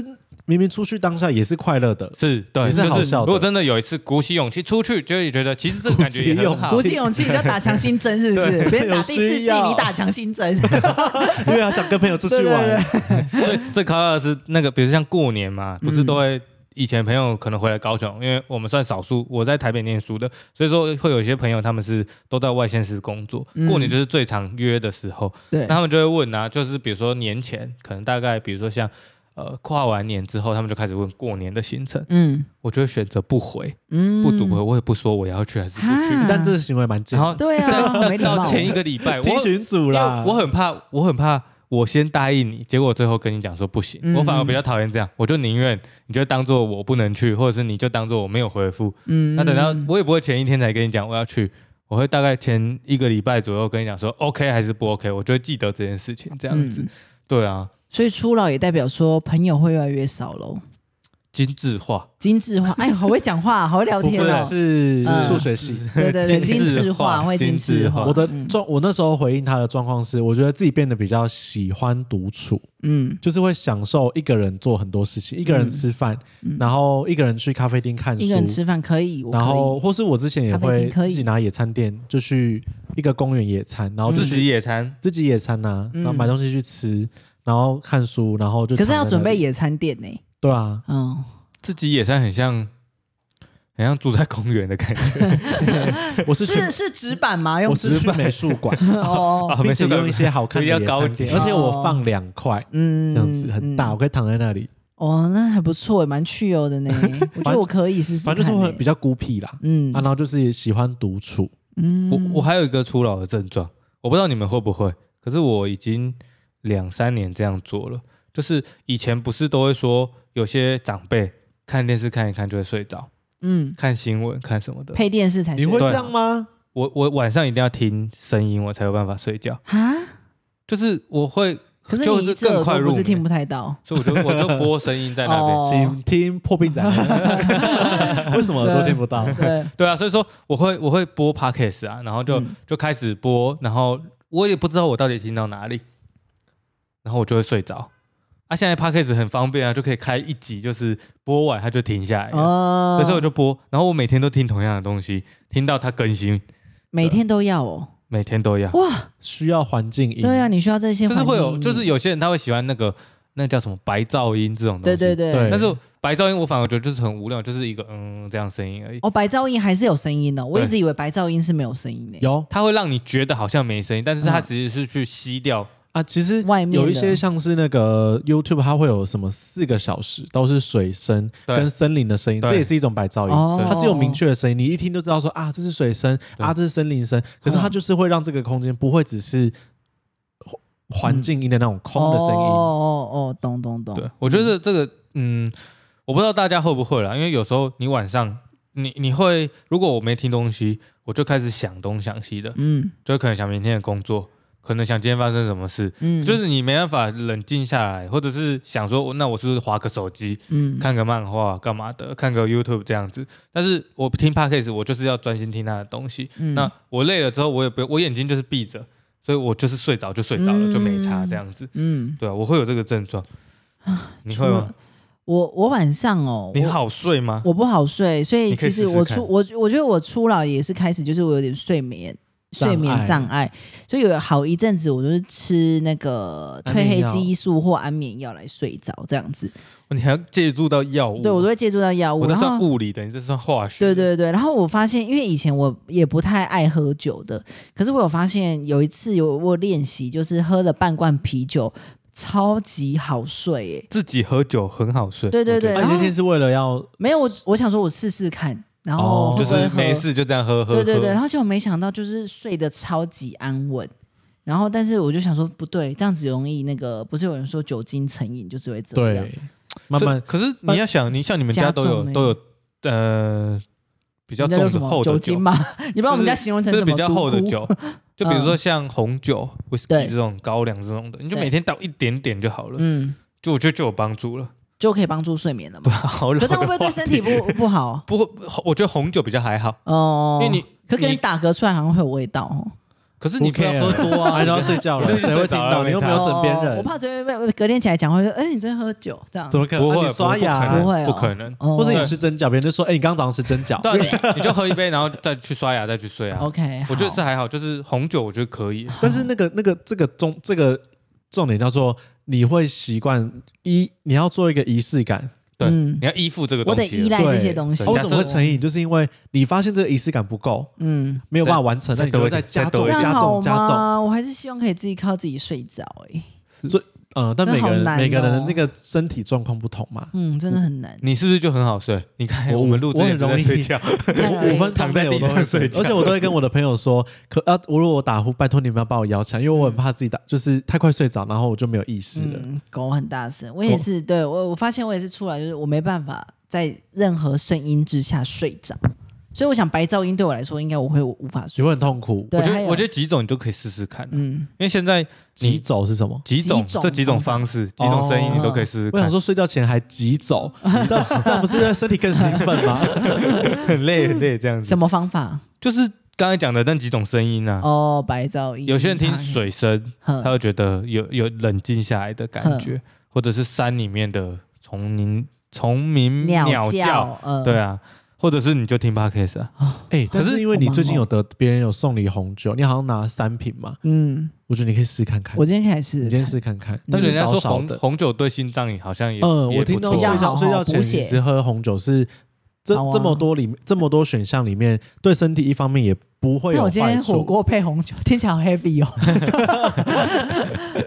Speaker 2: 明明出去当下也是快乐 的，
Speaker 1: 是对，
Speaker 2: 也是好
Speaker 1: 就
Speaker 2: 笑的
Speaker 1: 如果真的有一次鼓起勇气出去，就会觉得其实这个
Speaker 2: 鼓
Speaker 1: 感觉也
Speaker 2: 起勇
Speaker 1: 很好
Speaker 2: 气
Speaker 3: 鼓。起勇气，你要打强心针是不是？别人打第四
Speaker 2: 有需
Speaker 3: 季，
Speaker 2: 要
Speaker 3: 你打强心针。
Speaker 1: 啊
Speaker 2: 因为他想跟朋友出去玩。
Speaker 3: 对对
Speaker 1: 最最可怕的是那个，比如像过年嘛，不
Speaker 3: 嗯
Speaker 1: 是都会、以前朋友可能回来高雄，因为我们算少数，我在台北念书的，所以说会有一些朋友他们是都在外县市工作，
Speaker 3: 嗯
Speaker 1: 过年就是最常约的时候，
Speaker 3: 对
Speaker 1: 那他们就会问啊，就是比如说年前，可能大概比如说像呃跨完年之后，他们就开始问过年的行程，
Speaker 3: 嗯
Speaker 1: 我就会选择不回，
Speaker 3: 嗯
Speaker 1: 不读回，我也不说我要去还是不去，
Speaker 3: 哈
Speaker 2: 但这个行为蛮贱
Speaker 1: 然
Speaker 2: 的，
Speaker 1: 后
Speaker 3: 对啊，没礼
Speaker 1: 到
Speaker 3: 貌。
Speaker 1: 前一个礼 拜，我
Speaker 2: 听群主
Speaker 1: 因为
Speaker 2: 啦，
Speaker 1: 我很怕，我很怕我先答应你，结果我最后跟你讲说不行，
Speaker 3: 嗯
Speaker 1: 我反而比较讨厌这样，我就宁愿你就当做我不能去，或者是你就当做我没有回复。
Speaker 3: 嗯
Speaker 1: 那等到我也不会前一天才跟你讲我要去，我会大概前一个礼拜左右跟你讲说 OK 还是不 OK，我就会记得这件事情这样子。
Speaker 3: 嗯
Speaker 1: 对啊，
Speaker 3: 所以初老也代表说朋友会越来越少喽。
Speaker 1: 精致化，
Speaker 3: 精 致化，哎，好会讲话，好会聊天
Speaker 2: 部分
Speaker 3: 哦。
Speaker 2: 是
Speaker 3: 嗯
Speaker 2: 数学系。
Speaker 3: 对对对，
Speaker 1: 精
Speaker 3: 精
Speaker 1: 致
Speaker 3: 致
Speaker 1: 化
Speaker 3: 化会
Speaker 1: 精
Speaker 3: 精
Speaker 1: 致
Speaker 3: 致
Speaker 1: 化
Speaker 3: 化。
Speaker 2: 我的
Speaker 3: 嗯
Speaker 2: 状，我那时候回应他的状况是，我觉得自己变得比较喜欢独处，
Speaker 3: 嗯
Speaker 2: 就是会享受一个人做很多事情，一个人
Speaker 3: 嗯
Speaker 2: 吃饭，
Speaker 3: 嗯
Speaker 2: 然后一个人去咖啡厅看
Speaker 3: 一个人
Speaker 2: 书，
Speaker 3: 吃饭可以，我可以
Speaker 2: 然后或是我之前也
Speaker 3: 咖啡
Speaker 2: 会
Speaker 3: 厅可
Speaker 2: 自
Speaker 3: 以
Speaker 2: 己拿野餐垫，就去一个公园野餐，然后
Speaker 1: 自
Speaker 2: 自己
Speaker 1: 己野餐，
Speaker 2: 自己野餐呐、
Speaker 3: 嗯
Speaker 2: 然后买东西去吃，然后看书，然后就
Speaker 3: 可是
Speaker 2: 躺在那
Speaker 3: 要
Speaker 2: 里
Speaker 3: 准备野餐垫呢。
Speaker 2: 对啊，
Speaker 3: 嗯，
Speaker 1: 自己野餐很像，很像住在公园的感觉。
Speaker 2: 我是去
Speaker 3: 是是纸板吗？用
Speaker 2: 我是
Speaker 3: 纸
Speaker 2: 去
Speaker 3: 板
Speaker 2: 美术馆，
Speaker 1: 啊
Speaker 3: 哦，
Speaker 1: 美
Speaker 2: 并
Speaker 1: 术
Speaker 2: 且
Speaker 1: 馆
Speaker 2: 用一些 好看的
Speaker 1: 比较
Speaker 2: 野
Speaker 1: 高
Speaker 2: 餐
Speaker 1: 级
Speaker 2: 垫，而且我放两块。
Speaker 3: 嗯
Speaker 2: 这样子很大，我
Speaker 3: 嗯
Speaker 2: 可以躺在那里，
Speaker 3: 哦，那还不错，蛮去 游的呢。我觉得我可以试试
Speaker 2: 反
Speaker 3: 看
Speaker 2: 正就是会
Speaker 3: 欸。
Speaker 2: 比较孤僻啦，
Speaker 3: 嗯
Speaker 2: 啊，然后就是也喜欢独处，
Speaker 3: 嗯，
Speaker 1: 我我还有一个初老的症状，我不知道你们会不会，可是我已经两三年这样做了。就是以前不是都会说，有些长辈看电视看一看就会睡着，
Speaker 3: 嗯
Speaker 1: 看新闻看什么的。
Speaker 3: 配电视才
Speaker 2: 你
Speaker 3: 睡
Speaker 2: 会
Speaker 1: 对啊
Speaker 2: 这样吗？
Speaker 1: 我我晚上一定要听声音，我才有办法睡觉。
Speaker 3: 啊？
Speaker 1: 就是我会，
Speaker 3: 可是
Speaker 1: 就
Speaker 3: 你一只
Speaker 1: 更
Speaker 3: 耳
Speaker 1: 快
Speaker 3: 朵
Speaker 1: 入
Speaker 3: 不是
Speaker 1: 眠
Speaker 3: 听不 太到，
Speaker 1: 所以我就我就播声音在那边。
Speaker 3: 哦
Speaker 2: 请听破病仔那 集，为什么都听不到？
Speaker 3: 对，
Speaker 1: 对啊，所以说我会我会播 podcast 啊，然后就、
Speaker 3: 嗯
Speaker 1: 就开始播，然后我也不知道我到底听到哪里，然后我就会睡着。啊，现在 podcast 很方便啊，就可以开一集，就是播完它就停下来了。
Speaker 3: 哦，
Speaker 1: 哎可是我就播，然后我每天都听同样的东西，听到它更新，
Speaker 3: 每天都要哦，
Speaker 1: 每天都要。
Speaker 3: 哇，
Speaker 2: 需要环境音，
Speaker 3: 对啊，你需要这些，
Speaker 1: 就是会有，就是，有些人他会喜欢那个那叫什么白噪音这种东
Speaker 3: 对
Speaker 1: 西。
Speaker 3: 对
Speaker 1: 对。
Speaker 3: 对，
Speaker 2: 对
Speaker 1: 但是白噪音我反而觉得就是很无聊，就是一个嗯这样声音而已。
Speaker 3: 哦，白噪音还是有声音的，我
Speaker 1: 对
Speaker 3: 一直以为白噪音是没有声音的，
Speaker 2: 有
Speaker 1: 它会让你觉得好像没声音，但是它
Speaker 3: 嗯
Speaker 1: 其实是去吸掉
Speaker 2: 啊，其实
Speaker 3: 外面的
Speaker 2: 有一些像是那个 YouTube，它会有什么四个小时都是水声
Speaker 1: 对
Speaker 2: 跟森林的声音，
Speaker 1: 对
Speaker 2: 这也是一种白噪音。
Speaker 3: 哦，
Speaker 2: 它是有明确的声音，你一听就知道说啊，这是水声
Speaker 1: 对
Speaker 2: 啊，这是森林声。可
Speaker 3: 哦
Speaker 2: 是它就是会让这个空间不会只是环环境音的那种空的声
Speaker 3: 哦
Speaker 2: 音。
Speaker 3: 哦哦，懂懂懂，
Speaker 1: 对，我觉得这个，嗯，我不知道大家会不会啦，因为有时候你晚上，你你会，如果我没听东西，我就开始想东想西的，
Speaker 3: 嗯
Speaker 1: 就可能想明天的工作，可能想今天发生什么事，
Speaker 3: 嗯，
Speaker 1: 就是你没办法冷静下来，或者是想说，那我是不是划个手机，
Speaker 3: 嗯，
Speaker 1: 看个漫画干嘛的，看个 YouTube 这样子。但是我听 Podcast，我就是要专心听他的东西。
Speaker 3: 嗯
Speaker 1: 那我累了之后，我也不，我眼睛就是闭着，所以我就是睡着就睡着了，就没差这样子。
Speaker 3: 嗯，
Speaker 1: 对啊，我会有这个症状，你会
Speaker 3: 除
Speaker 1: 吗
Speaker 3: 了？我我晚上哦，
Speaker 1: 你
Speaker 3: 我
Speaker 1: 好睡吗？
Speaker 3: 我不好睡，所以
Speaker 1: 你可以
Speaker 3: 其
Speaker 1: 试
Speaker 3: 实
Speaker 1: 试
Speaker 3: 我
Speaker 1: 看
Speaker 3: 初我我觉得我初老也是开始，就是我有点睡眠
Speaker 2: 障
Speaker 3: 睡眠
Speaker 2: 碍
Speaker 3: 障碍，所以有好一阵子我就是吃那个褪
Speaker 2: 安眠
Speaker 3: 黑
Speaker 2: 药
Speaker 3: 激素或安眠药来睡着这样子。
Speaker 1: 哦你还要借助到药物？啊
Speaker 3: 对我都会借助到药物，
Speaker 1: 我这
Speaker 3: 然
Speaker 1: 算
Speaker 3: 后。
Speaker 1: 物理的，你这算化学。
Speaker 3: 对，对对，然后我发现，因为以前我也不太爱喝酒的，可是我有发现有一次有我有练习，就是喝了半罐啤酒，超级好睡耶。
Speaker 1: 自己喝酒很好睡。
Speaker 3: 对对
Speaker 1: 我觉得
Speaker 3: 对
Speaker 2: 啊，你那天是为了要
Speaker 3: 没有我，我想说我试试看，然后
Speaker 2: 哦
Speaker 3: 会
Speaker 1: 就
Speaker 3: 不会
Speaker 1: 是
Speaker 3: 喝
Speaker 1: 没事就这样喝喝。
Speaker 3: 对对对，
Speaker 1: 喝
Speaker 3: 然，后结果没想到就是睡得超级安稳，然后但是我就想说不对，这样子容易那个，不是有人说酒精成瘾就是会这样，
Speaker 2: 对慢慢
Speaker 1: 所以可是你要想，你像你们家都
Speaker 3: 呃加
Speaker 1: 有
Speaker 3: 重欸
Speaker 1: 都有呃比较
Speaker 3: 人家
Speaker 1: 重
Speaker 3: 叫什
Speaker 1: 的
Speaker 3: 么
Speaker 1: 厚的
Speaker 3: 精嘛， 你把我们家形容成
Speaker 1: 就
Speaker 3: 什
Speaker 1: 是
Speaker 3: 么
Speaker 1: 比较厚的
Speaker 3: 毒窟，嗯
Speaker 1: 酒， 就比如说像红酒、whisky
Speaker 3: 对
Speaker 1: 这种高粱这种的，你就
Speaker 3: 对
Speaker 1: 每天倒一点点就好了，
Speaker 3: 嗯，
Speaker 1: 就我觉得就有帮助 了。
Speaker 3: 就可以帮助睡眠了嘛。
Speaker 1: 好老
Speaker 3: 可
Speaker 1: 的
Speaker 3: 这样会不会对
Speaker 1: 话
Speaker 3: 身体不 不好？
Speaker 1: 不会，我觉得红酒比较还好，
Speaker 3: 哦
Speaker 1: 因，为你
Speaker 3: 可可能
Speaker 1: 你
Speaker 3: 打嗝出来好像会有味道哦。
Speaker 1: 可是你不要喝多 啊，
Speaker 3: 哎
Speaker 2: 还都要哎睡 觉了，
Speaker 1: 你就
Speaker 2: 谁会
Speaker 1: 睡
Speaker 2: 听
Speaker 1: 着了
Speaker 2: 到？你又没有枕边
Speaker 3: 哦
Speaker 2: 人，
Speaker 3: 我怕昨天被隔天起来讲话说，哎，你昨天喝酒这样
Speaker 2: 怎。么可能？
Speaker 1: 不
Speaker 2: 啊
Speaker 1: 会
Speaker 2: 你刷牙
Speaker 1: 不可能不
Speaker 3: 不会哦
Speaker 1: 可 能。
Speaker 3: 哦
Speaker 2: 或者你吃蒸饺，别人就说：“哎、你刚刚早上吃蒸饺。
Speaker 1: 对啊，你你就喝一杯，然后再去刷牙，再 去睡啊。
Speaker 3: OK，
Speaker 1: 我觉得
Speaker 3: 好
Speaker 1: 是还好，就是红酒我觉得可以。”
Speaker 2: 但是那个、那个、这个重这个重点叫做你会习惯一，你要做一个仪式感。
Speaker 1: 对，
Speaker 3: 嗯
Speaker 1: 你要依附这个
Speaker 3: 我
Speaker 1: 东
Speaker 3: 得
Speaker 1: 西
Speaker 3: 依
Speaker 1: 了。
Speaker 3: 赖
Speaker 2: 对哦
Speaker 3: 这些东西。
Speaker 1: 对
Speaker 2: 我
Speaker 1: 假
Speaker 2: 怎
Speaker 1: 设
Speaker 2: 么会成瘾？就是因为你发现这个仪式感不够，
Speaker 3: 嗯，
Speaker 2: 没有办法完成，
Speaker 1: 再
Speaker 2: 那你就会
Speaker 1: 再
Speaker 2: 再加
Speaker 1: 多
Speaker 2: 重、
Speaker 1: 一点
Speaker 3: 这
Speaker 2: 加
Speaker 3: 样好
Speaker 2: 重、加重。
Speaker 3: 吗？我还是希望可以自己靠自己睡着。哎，
Speaker 2: 嗯，但
Speaker 3: 那
Speaker 2: 每个
Speaker 3: 好
Speaker 2: 人、
Speaker 3: 难
Speaker 2: 每个人的
Speaker 3: 哦
Speaker 2: 那个身体状况不同 嘛。
Speaker 3: 嗯，真的 很难。
Speaker 1: 你是不是就很好睡？你看
Speaker 2: 我
Speaker 1: 我们录之前就在
Speaker 2: 我很容易
Speaker 1: 睡觉，
Speaker 3: 太容易
Speaker 2: 五分
Speaker 1: 躺
Speaker 2: 钟
Speaker 1: 在
Speaker 2: 内我
Speaker 1: 地
Speaker 2: 都
Speaker 1: 上
Speaker 2: 会
Speaker 1: 睡觉
Speaker 2: 而且我都会跟我的朋友说，可啊，我如果我打呼，拜托你们要帮我摇起来，因为我很怕自己打，就是太快睡着，然后我就没有意识了。
Speaker 3: 嗯，狗很大声，我也是，对我我发现我也是出来，就是我没办法在任何声音之下睡着，所以我想白噪音对我来说，应该我会无法
Speaker 2: 你
Speaker 3: 睡。
Speaker 2: 会很痛苦。
Speaker 3: 对
Speaker 1: 我觉
Speaker 3: 还
Speaker 1: 得
Speaker 3: 有
Speaker 1: 我觉得几种你就可以试试看啊、
Speaker 3: 嗯，
Speaker 1: 因为现在
Speaker 2: 急
Speaker 1: 你
Speaker 2: 走是什么？
Speaker 1: 几种
Speaker 3: 几种哦
Speaker 1: 这几种方式、几种声音你都可以试试
Speaker 2: 我想
Speaker 1: 看，
Speaker 2: 说睡觉前还急走，这样这样不是身体更兴奋 吗？
Speaker 1: 很累很累这样子
Speaker 3: 什。么方法？
Speaker 1: 就是刚才讲的那几种声音啊，
Speaker 3: 哦，啊白噪音。
Speaker 1: 有些人听 水声，
Speaker 3: 哼，
Speaker 1: 他会觉得有有冷静下来的感
Speaker 3: 嗯
Speaker 1: 觉，或者是山里面的虫鸣虫鸣
Speaker 3: 鸟
Speaker 1: 鸟叫，，
Speaker 3: 呃，
Speaker 1: 对啊，或者是你就听 podcast 啊，
Speaker 2: 哎，但
Speaker 1: 可
Speaker 2: 是
Speaker 1: 是
Speaker 2: 因为你最近
Speaker 3: 好
Speaker 2: 有得别人有送你红酒，你好像拿三瓶嘛，
Speaker 3: 嗯，
Speaker 2: 我觉得你可以试看看。
Speaker 3: 我今天开始
Speaker 2: 你今天试看看，
Speaker 1: 但
Speaker 2: 但
Speaker 1: 是
Speaker 2: 是
Speaker 1: 人家
Speaker 2: 少
Speaker 1: 说
Speaker 2: 少
Speaker 1: 红
Speaker 2: 的。
Speaker 1: 红酒对心脏也好像也
Speaker 2: 嗯，
Speaker 1: 也
Speaker 2: 我听
Speaker 1: 不
Speaker 2: 到
Speaker 1: 错啊
Speaker 2: 睡
Speaker 3: 比较
Speaker 2: 觉
Speaker 3: 好
Speaker 2: 睡觉前
Speaker 3: 补
Speaker 2: 其
Speaker 3: 血
Speaker 2: 实喝红酒是这
Speaker 3: 好啊
Speaker 2: 这么多里面这么多选项里面，对身体一方面也不会
Speaker 3: 那
Speaker 2: 有
Speaker 3: 我今
Speaker 2: 坏
Speaker 3: 天火
Speaker 2: 处。
Speaker 3: 锅配红酒，听起来 好 heavy 哦。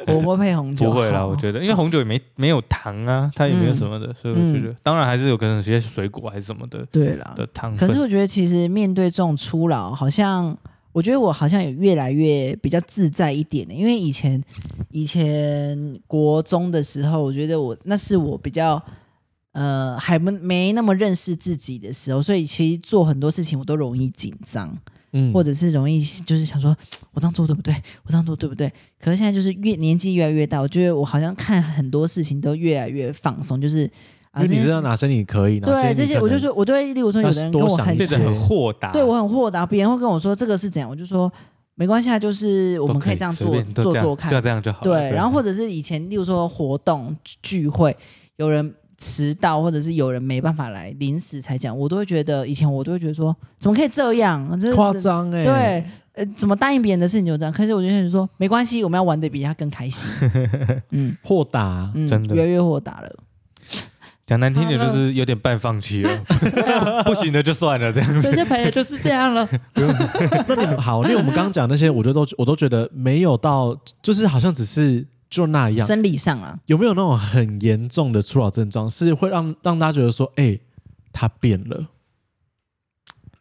Speaker 3: 火锅配红酒
Speaker 1: 不会啦，
Speaker 3: 好
Speaker 1: 我觉得，因为红酒也没没有糖啊，它也没有什
Speaker 3: 嗯
Speaker 1: 么的，所以我觉得，当然还是有可能有些水果还是什么的
Speaker 3: 对啦。
Speaker 1: 的糖
Speaker 3: 啊
Speaker 2: 嗯
Speaker 3: 可
Speaker 1: 分。
Speaker 3: 是我觉得，其实面对这种初老，好像我觉得我好像也越来越比较自在一点的，欸因为以前以前国中的时候，我觉得我那是我比较。呃，还没没那么认识自己的时候，所以其实做很多事情我都容易紧张。
Speaker 2: 嗯
Speaker 3: 或者是容易就是想说，我这样做对不对？我这样做对不对？可是现在就是越年纪越来越大，我觉得我好像看很多事情都越来越放松，就是
Speaker 2: 因
Speaker 3: 啊，
Speaker 2: 为
Speaker 3: 这
Speaker 2: 你
Speaker 3: 件
Speaker 2: 知道
Speaker 3: 事
Speaker 2: 哪些你可以，哪些
Speaker 3: 对
Speaker 2: 你
Speaker 3: 这些，
Speaker 2: 可
Speaker 3: 我就
Speaker 2: 能
Speaker 3: 说，我对，例如说，有的人跟
Speaker 2: 要
Speaker 3: 我
Speaker 2: 多想
Speaker 3: 很
Speaker 2: 一
Speaker 1: 变得
Speaker 2: 些
Speaker 1: 很豁达，
Speaker 3: 对我很豁达，别人会跟我说这个是怎样，我就说没关系，啊，就是我
Speaker 1: 都
Speaker 3: 们可以
Speaker 1: 以
Speaker 3: 这样
Speaker 1: 随
Speaker 3: 做
Speaker 1: 便都
Speaker 3: 做
Speaker 1: 这样
Speaker 3: 做看
Speaker 1: 这，样这样就好了。
Speaker 3: 对，然后或者是以前，例如说活动聚聚会，有人迟到，或者是有人没办法来，临时才讲，我都会觉得以前我都会觉得说，怎么可以这样？这
Speaker 2: 夸
Speaker 3: 这
Speaker 2: 张哎，
Speaker 3: 对，
Speaker 1: 欸
Speaker 3: 呃，怎么答应别人的事情就这样？可是我就想说，没关系，我们要玩的比他更 开心。嗯
Speaker 2: 豁达，
Speaker 3: 嗯，
Speaker 1: 真的
Speaker 3: 越来越豁达了。
Speaker 1: 讲难听点
Speaker 3: 好
Speaker 1: 就
Speaker 3: 了
Speaker 1: 是有点半放弃 了， 不行的就算了这样
Speaker 3: 这
Speaker 1: 子。
Speaker 3: 些朋友就是这样了。
Speaker 2: 那你们 好，因为我们刚刚讲那些，我觉得都我都觉得没有到，就是好像只是就那样。
Speaker 3: 生理上 啊，
Speaker 2: 有没有那种很严重的初老症状，是会让让大家觉得说，哎、他变了？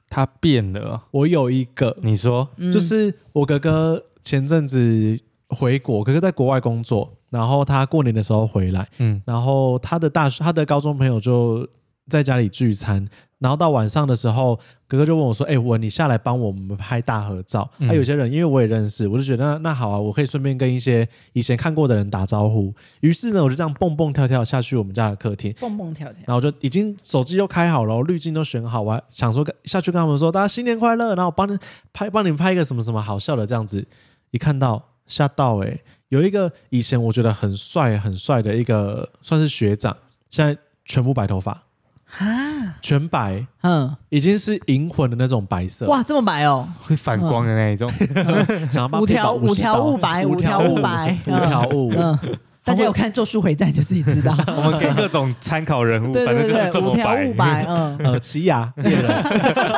Speaker 1: 他变了，
Speaker 2: 我有一个，
Speaker 1: 你说
Speaker 3: 嗯
Speaker 2: 就是我哥哥前阵子回国，哥哥在国外工作，然后他过年的时候回来，
Speaker 1: 嗯，
Speaker 2: 然后他的大学他的高中朋友就在家里聚餐，然后到晚上的时候，哥哥就问我说：“哎、文，你下来帮我们拍大合照。
Speaker 1: 嗯
Speaker 2: 啊，有些人因为我也认识，我就觉得那那好啊，我可以顺便跟一些以前看过的人打招呼。于是呢，我就这样蹦蹦跳跳下去我们家的客厅，
Speaker 3: 蹦蹦跳跳。
Speaker 2: 然后我就已经手机都开好了，滤镜都选好，我还想说跟下去跟他们说大家新年快乐，然后我帮你拍帮你们拍一个什么什么好笑的这样子，一看到吓到哎、欸有一个以前我觉得很帅很帅的一个算是学长，现在全部白头发，
Speaker 3: 啊，
Speaker 2: 全白，
Speaker 3: 嗯，
Speaker 2: 已经是银魂的那种白色，
Speaker 3: 哇，这么白哦，
Speaker 1: 会反光的那 一种，
Speaker 2: 想要把
Speaker 3: 五条
Speaker 2: 五
Speaker 3: 五条悟白，五条悟白，
Speaker 2: 五条悟，
Speaker 3: 嗯，大家有看《咒术回战》就自己知道，
Speaker 1: 我们给各种参考人物，
Speaker 3: 对
Speaker 1: 反正
Speaker 3: 对
Speaker 1: 就是
Speaker 3: 对
Speaker 1: 这
Speaker 3: 对，五
Speaker 1: 么
Speaker 3: 条悟白，嗯，
Speaker 2: 呃，奇 亚猎人，